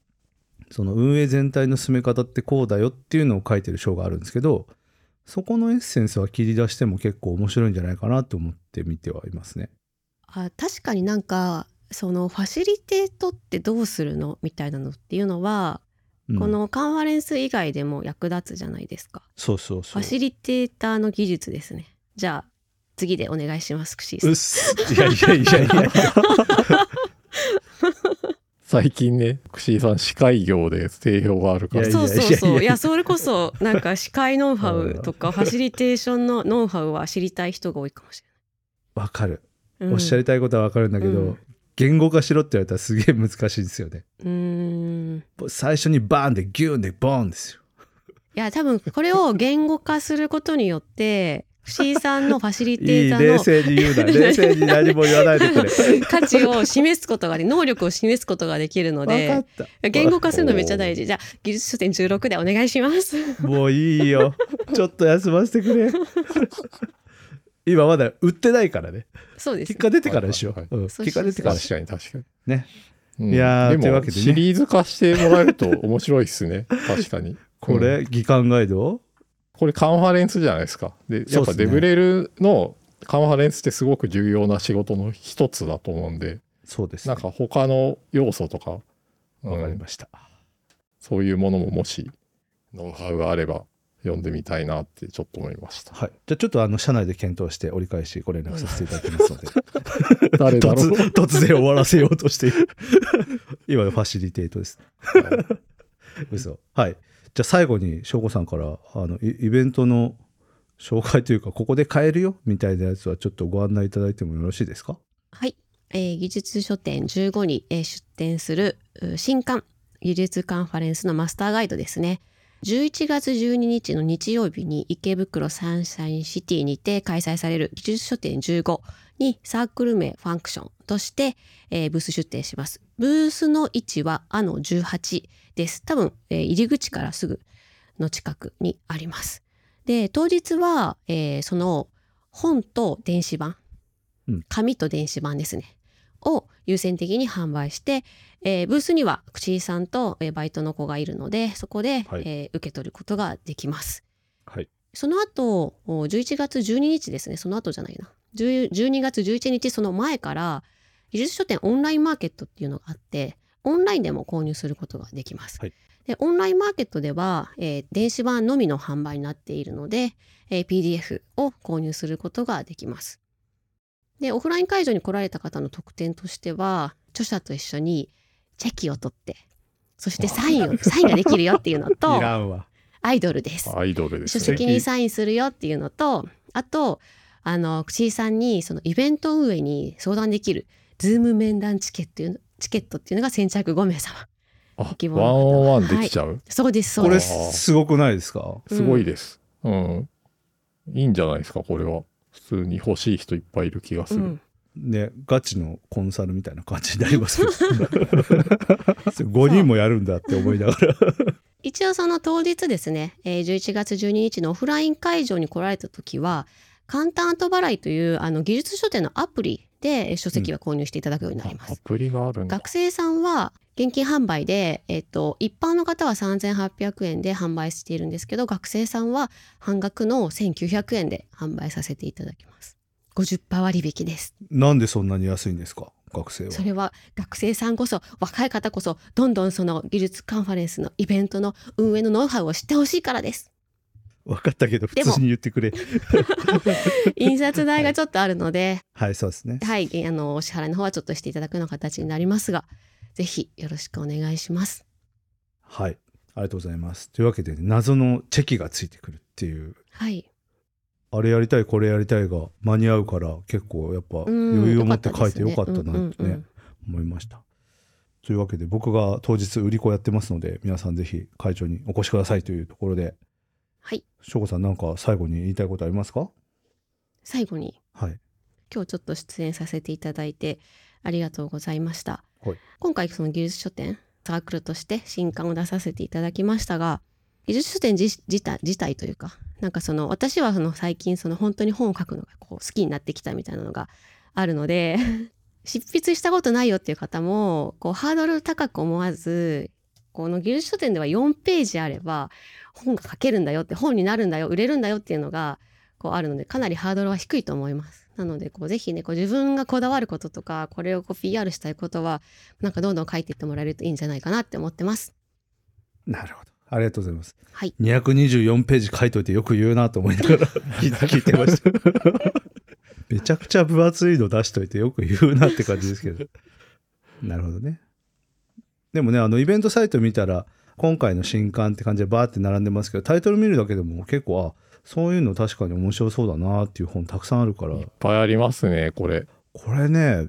[SPEAKER 2] その運営全体の進め方ってこうだよっていうのを書いてる章があるんですけどそこのエッセンスは切り出しても結構面白いんじゃないかなと思って見てはいますね。
[SPEAKER 3] あ確かになんかそのファシリテートってどうするのみたいなのっていうのは、
[SPEAKER 2] うん
[SPEAKER 3] このカンファレンス以外でも役立つじゃないですか。
[SPEAKER 2] そうそう
[SPEAKER 3] フ
[SPEAKER 2] そう
[SPEAKER 3] ァシリテーターの技術ですね。じゃあ次でお願いしますクシーさん
[SPEAKER 2] うっすいやいやいやいやいや
[SPEAKER 1] う。最近ね、クシーさん司会業で定評があるから
[SPEAKER 2] いやいや。
[SPEAKER 3] そうそうそう。い
[SPEAKER 2] いや
[SPEAKER 3] や、それこそ、なんか、司会ノウハウとか、ファシリテーションのノウハウは知りたい人が多いかもし
[SPEAKER 2] わかる
[SPEAKER 3] れない。うん
[SPEAKER 2] おっしゃりたいことはわかるんだけど、
[SPEAKER 3] うん
[SPEAKER 2] 言語化しろって言われたらすげえ難しいですよね。
[SPEAKER 3] うーん。い
[SPEAKER 2] 最初にバーンでギューンでボーンですよ。
[SPEAKER 3] や、多分、これを言語化することによって、藤井さんのファシリ
[SPEAKER 2] い
[SPEAKER 3] テ
[SPEAKER 2] い
[SPEAKER 3] ーター
[SPEAKER 2] 冷
[SPEAKER 3] の
[SPEAKER 2] 静に言うな冷静に何も言わないでくれ。
[SPEAKER 3] 価値を示すことがで、能力を示すことができるの
[SPEAKER 2] わか
[SPEAKER 3] で
[SPEAKER 2] っ、た。
[SPEAKER 3] 言語化するのめっちゃ大事。じゃあ、技術書店16でお願いします。
[SPEAKER 2] もういいよ。ちょっと休ませてくれ。今まだ売ってないからね。
[SPEAKER 3] そうです
[SPEAKER 2] 結
[SPEAKER 3] ね。
[SPEAKER 2] 果出てからにしよう。
[SPEAKER 1] はいは
[SPEAKER 2] うん
[SPEAKER 3] そう
[SPEAKER 2] 結果出てからに
[SPEAKER 1] 確
[SPEAKER 2] しよ
[SPEAKER 1] かに確かに。
[SPEAKER 2] ね
[SPEAKER 1] うん。
[SPEAKER 2] いやーと
[SPEAKER 1] で
[SPEAKER 2] いうわ
[SPEAKER 1] も
[SPEAKER 2] けでね
[SPEAKER 1] シリーズ化してもらえると面白いで
[SPEAKER 2] (laughs)
[SPEAKER 1] すね。確かに。
[SPEAKER 2] う。これ、議官ガイド
[SPEAKER 1] これカンファレンスじゃないですか。で、やっ
[SPEAKER 2] そうっ
[SPEAKER 1] ぱ
[SPEAKER 2] すね
[SPEAKER 1] デブレルのカンファレンスってすごく重要な仕事の一つだと思うんで、
[SPEAKER 2] そうです、
[SPEAKER 1] なんか他の要素とか、うん
[SPEAKER 2] わかりました。
[SPEAKER 1] そういうものももしノウハウがあれば読んでみたいなってちょっと思いました。
[SPEAKER 2] はい。じゃあちょっとあの、社内で検討して折り返しご連絡させていただきますの (laughs) で。
[SPEAKER 1] (laughs) 誰だろう。
[SPEAKER 3] (laughs)
[SPEAKER 2] 突突然終わらせようとしてい (laughs) る。今のファシリテートです。嘘。はい。じゃあ最後に、翔子さんから、あの、イイベントの紹介というか、ここで買えるよみたいなやつはちょっとご案内いただいてもよろしいですか
[SPEAKER 3] はい、えー技術書店15に、えー出展するう新刊技術カンファレンスのマスターガイドですね。11月12日の日曜日に池袋サンシャインシティにて開催される技術書店15にサークル名ファンクションとして、えーブース出展します。ブースの位置はあの18です。多分、えー入り口からすぐの近くにあります。で、当日は、えーその本と電子版紙と電子版ですねを優先的に販売して、えーブースには口井さんと、えーバイトの子がいるのでそこで、
[SPEAKER 2] はい
[SPEAKER 3] えー受け取ることができます
[SPEAKER 2] はい。
[SPEAKER 3] その後お11月12日ですねその後じゃないな10 12月11日その前から技術書店オンラインマーケットっていうのがあってオンラインでも購入することができます、
[SPEAKER 2] はい
[SPEAKER 3] でオンラインマーケットでは、えー電子版のみの販売になっているので、えー PDF を購入することができますでオフライン会場に来られた方の特典としては著者と一緒にチェキを取ってそしてサインをサインができるよっていうのと
[SPEAKER 2] (laughs) いらんわ。
[SPEAKER 3] アイドルです
[SPEAKER 1] アイドルです
[SPEAKER 3] 書
[SPEAKER 1] ね。
[SPEAKER 3] 籍にサインするよっていうのとあとあの口井さんにそのイベント運営に相談できるズーム面談チケットいうのチケットっていうのが先着5名様
[SPEAKER 1] あ
[SPEAKER 3] ご希望
[SPEAKER 1] ワン
[SPEAKER 3] の
[SPEAKER 1] オ
[SPEAKER 3] 方
[SPEAKER 1] ン
[SPEAKER 3] は
[SPEAKER 1] ワンできちゃう、
[SPEAKER 3] そうですそう
[SPEAKER 2] こ
[SPEAKER 3] で
[SPEAKER 2] れ、
[SPEAKER 3] す
[SPEAKER 2] すごくないですか
[SPEAKER 3] うん
[SPEAKER 1] すごいです。うん。いいんじゃないですか、これは。普通に欲しい人いっぱいいる気がす
[SPEAKER 3] う
[SPEAKER 1] る。
[SPEAKER 3] ん、
[SPEAKER 2] ね、ガチのコンサルみたいな感じになりますけど (laughs) 5人もやるんだって思いながら
[SPEAKER 3] 一応その当日ですね、えー11月12日のオフライン会場に来られた時は簡単後払いというあの技術書店のアプリでえー書籍は購入していただくようになりま
[SPEAKER 1] あア
[SPEAKER 3] す、
[SPEAKER 1] プリがあるんだ。
[SPEAKER 3] 学生さんは現金販売で、えっと、一般の方は3800円で販売しているんですけど学生さんは半額の1900円で販売させていただきます50%割引です
[SPEAKER 2] なんでそんなに安いんですか学生は
[SPEAKER 3] それは学生さんこそ若い方こそどんどんその技術カンファレンスのイベントの運営のノウハウを知ってほしいからです
[SPEAKER 2] (laughs) 分かったけど普
[SPEAKER 3] でも
[SPEAKER 2] 通に言ってくれ
[SPEAKER 3] 印刷代がちょっとあるので
[SPEAKER 2] はいそうですね
[SPEAKER 3] はい、えあのお支払いの方はちょっとしていただくような形になりますがぜひよろしくお願いします
[SPEAKER 2] はいありがとうございますというわけで、ね、謎のチェキがついてくるっていう
[SPEAKER 3] はい
[SPEAKER 2] あれやりたいこれやりたいが間に合うから結構やっぱ余
[SPEAKER 3] うん
[SPEAKER 2] 裕を持
[SPEAKER 3] か
[SPEAKER 2] って
[SPEAKER 3] た
[SPEAKER 2] 書
[SPEAKER 3] で
[SPEAKER 2] い
[SPEAKER 3] す
[SPEAKER 2] てよかったなってね、
[SPEAKER 3] うんうんうん
[SPEAKER 2] 思いましたというわけで僕が当日売り子やってますので皆さんぜひ会長にお越しくださいというところで
[SPEAKER 3] はい
[SPEAKER 2] 翔子さんなんか最後に言いたいことありますか
[SPEAKER 3] 最後に
[SPEAKER 2] はい
[SPEAKER 3] 今日ちょっと出演させていただいてありがとうございました、
[SPEAKER 2] はい
[SPEAKER 3] 今回その技術書店サークルとして新刊を出させていただきましたが技術書店自自体自体というかなんかその私はその最近その本当に本を書くのがこう好きになってきたみたいなのがあるので (laughs) 執筆したことないよっていう方もこうハードル高く思わずこの技術書店では4ページあれば本が書けるんだよって本になるんだよ売れるんだよっていうのがこうあるのでかなりハードルは低いと思います。なのでこうぜひねこう自分がこだわることとかこれをこう PR したいことはなんかどんどん書いていってもらえるといいんじゃないかなって思ってます。
[SPEAKER 2] なるほどありがとうございます
[SPEAKER 3] はい
[SPEAKER 2] 224ページ書いといてよく言うなと思いながら聞いて聞いてましためちゃくちゃ分厚いの出しといてよく言うなって感じですけ
[SPEAKER 1] (laughs)
[SPEAKER 2] どなるほどねでもねあのイベントサイト見たら今回の新刊って感じでバーって並んでますけどタイトル見るだけでも結構あそういうの確かに面白そうだなっていう本たくさんあるから
[SPEAKER 1] (laughs) いっぱいありますね、これ。
[SPEAKER 2] これね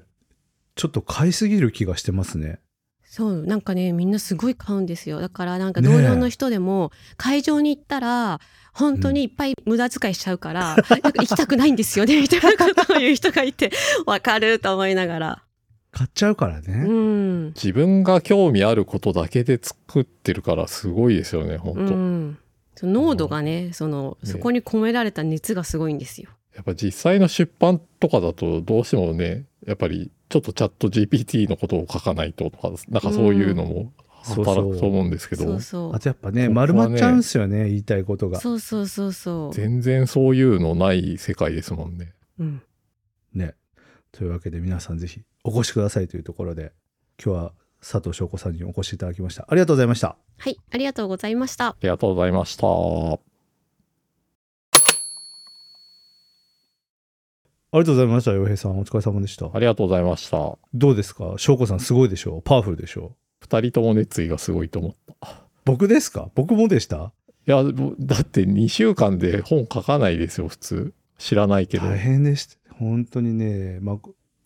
[SPEAKER 2] ちょっと買いすぎる気がしてますね
[SPEAKER 3] そうなんかねみんなすごい買うんですよだからなんか
[SPEAKER 2] ねえ
[SPEAKER 3] 同僚の人でも会場に行ったら本当にいっぱい無駄遣いしちゃうから、 (laughs) なんか行きたくないんですよねみたいなことを言う人がいてわかると思いながら
[SPEAKER 2] 買っちゃうからね、
[SPEAKER 3] うん
[SPEAKER 1] 自分が興味あることだけで作ってるからすごいですよね、本
[SPEAKER 3] う
[SPEAKER 1] 当、
[SPEAKER 3] んその濃度がねその
[SPEAKER 1] ね
[SPEAKER 3] そこに込められた熱がすごいんですよ。
[SPEAKER 1] やっぱ実際の出版とかだとどうしてもね、やっぱりちょっとチャット GPT のことを書かないととか、なんかそういうのも働くと思うんですけど、
[SPEAKER 3] そうそう
[SPEAKER 2] あとやっぱね
[SPEAKER 1] ここは
[SPEAKER 2] 丸
[SPEAKER 1] ね
[SPEAKER 2] まっちゃうんすよね言いたいことが
[SPEAKER 3] そうそうそうそう。
[SPEAKER 1] 全然そういうのない世界ですもんね。
[SPEAKER 3] うん、
[SPEAKER 2] ね。というわけで皆さんぜひお越しくださいというところで今日は佐藤翔子さんにお越しいただきました。ありがとうございました。
[SPEAKER 3] はい、ありがとうございました
[SPEAKER 1] あ。りがとうございました。
[SPEAKER 2] ありがとうございました。洋平さんお疲れ様でした
[SPEAKER 1] あ。りがとうございました。
[SPEAKER 2] どうですか翔子さんすごいでしょパワフルでしょ
[SPEAKER 1] 二人とも熱意がすごいと思った。
[SPEAKER 2] 僕ですか僕もでした
[SPEAKER 1] いや、ぼだって2週間で本書かないですよ、普通。知らないけど。
[SPEAKER 2] 大変でした。本当にね、まあ、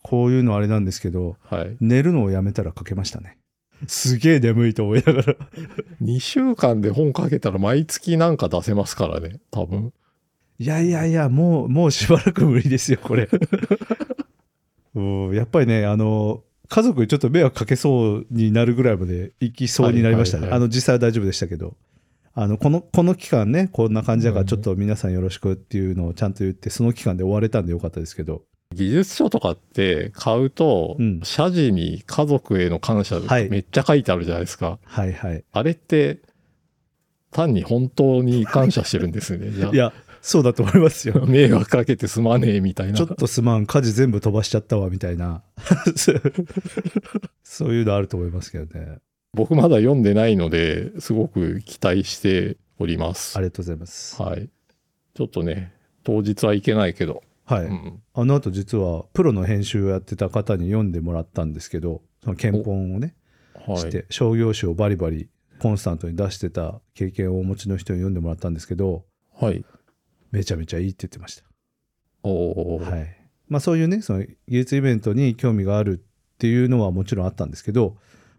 [SPEAKER 2] こういうのあれなんですけど、
[SPEAKER 1] はい。
[SPEAKER 2] 寝るのをやめたら書けましたね。すげえ眠いと思いながら。
[SPEAKER 1] 2週間で本書けたら毎月なんか出せますからね、多分。
[SPEAKER 2] いやいやいや、もう、もうしばらく無理ですよ、こ
[SPEAKER 1] (laughs)
[SPEAKER 2] れ。うんやっぱりね、あの、家族にちょっと迷惑かけそうになるぐらいまで行きそうになりましたね。
[SPEAKER 1] はいはいは
[SPEAKER 2] あ
[SPEAKER 1] い
[SPEAKER 2] の、実際は大丈夫でしたけど。あの、この、この期間ね、こんな感じだから、ちょっと皆さんよろしくっていうのをちゃんと言って、その期間で終われたんでよかったですけど。
[SPEAKER 1] 技術書とかって買うと、
[SPEAKER 2] うん
[SPEAKER 1] 社事に家族への感謝
[SPEAKER 2] はい
[SPEAKER 1] めっちゃ書いてあるじゃないですか。
[SPEAKER 2] はいはい。
[SPEAKER 1] あれって、単に本当に感謝してるんですね。じゃあ。
[SPEAKER 2] いや、そうだと思いますよ
[SPEAKER 1] (laughs) 迷惑かけてすまねえみたいな。
[SPEAKER 2] ちょっとすまん、家事全部飛ばしちゃったわ、みたい
[SPEAKER 1] (laughs)
[SPEAKER 2] な。そういうのあると思いますけどね。
[SPEAKER 1] 僕まだ読んでないので、すごく期待しております
[SPEAKER 2] あ。りがとうございます。
[SPEAKER 1] はい。ちょっとね、当日はいけないけど、
[SPEAKER 2] はい。
[SPEAKER 1] うん
[SPEAKER 2] あの後実はプロの編集をやってた方に読んでもらったんですけどその憲本をね
[SPEAKER 1] はい、
[SPEAKER 2] して商業誌をバリバリコンスタントに出してた経験をお持ちの人に読んでもらったんですけど
[SPEAKER 1] はい。
[SPEAKER 2] めちゃめちゃいいって言ってました。
[SPEAKER 1] おー
[SPEAKER 2] はいまあ、そういうねその技術イベントに興味があるっていうのはもちろんあったんですけど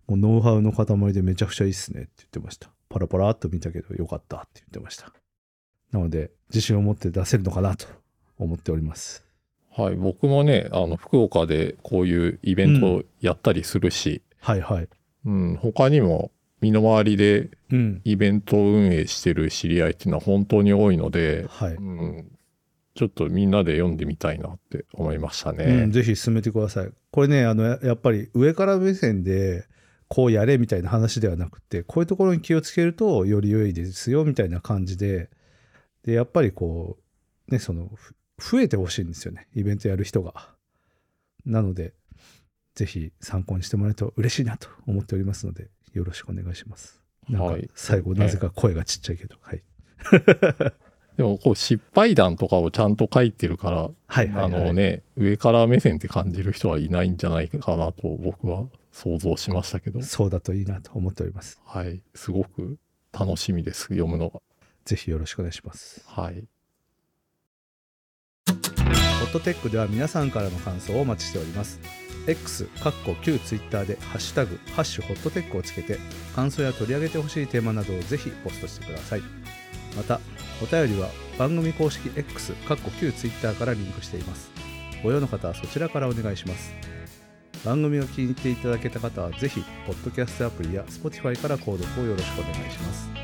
[SPEAKER 2] もうノウハウの塊でめちゃくちゃいいっすねって言ってました。パラパラっと見たけどよかったって言ってました。なので自信を持って出せるのかなと思っております。
[SPEAKER 1] はい、僕もねあの福岡でこういうイベントをやったりするし、
[SPEAKER 2] はいはい。
[SPEAKER 1] うん他にも身の回りで
[SPEAKER 2] うん。
[SPEAKER 1] イベントを運営してる知り合いっていうのは本当に多いので、
[SPEAKER 2] はい。
[SPEAKER 1] うん、ちょっとみんなで読んでみたいなって思いましたね。
[SPEAKER 2] うん、ぜひ進めてください。これねあのややっぱり上から目線でこうやれみたいな話ではなくてこういうところに気をつけるとより良いですよみたいな感じででやっぱりこうねそのふ増えてほしいんですよねイベントやる人が。なのでぜひ参考にしてもらえると嬉しいなと思っておりますのでよろしくお願いします。なんか
[SPEAKER 1] はい
[SPEAKER 2] 最後なぜか声がちっちゃいけど、はい、
[SPEAKER 1] でもこう失敗談とかをちゃんと書いてるから、
[SPEAKER 2] はいはいはい
[SPEAKER 1] あのね上から目線って感じる人はいないんじゃないかなと僕は想像しましたけど、
[SPEAKER 2] そうだといいなと思っております。
[SPEAKER 1] はい、すごく楽しみです読むのが。
[SPEAKER 2] ぜひよろしくお願いします。
[SPEAKER 1] はい、
[SPEAKER 2] ホットテックでは皆さんからの感想をお待ちしております。X、かっこ旧 Twitter で、ハッシュタグ、ハッシュホットテックをつけて、感想や取り上げてほしいテーマなどをぜひポストしてください。また、お便りは番組公式 X、かっこ旧 Twitter からリンクしています。ご用の方はそちらからお願いします。番組を気に入っていただけた方は、ぜひ、ポッドキャストアプリや Spotify から購読をよろしくお願いします。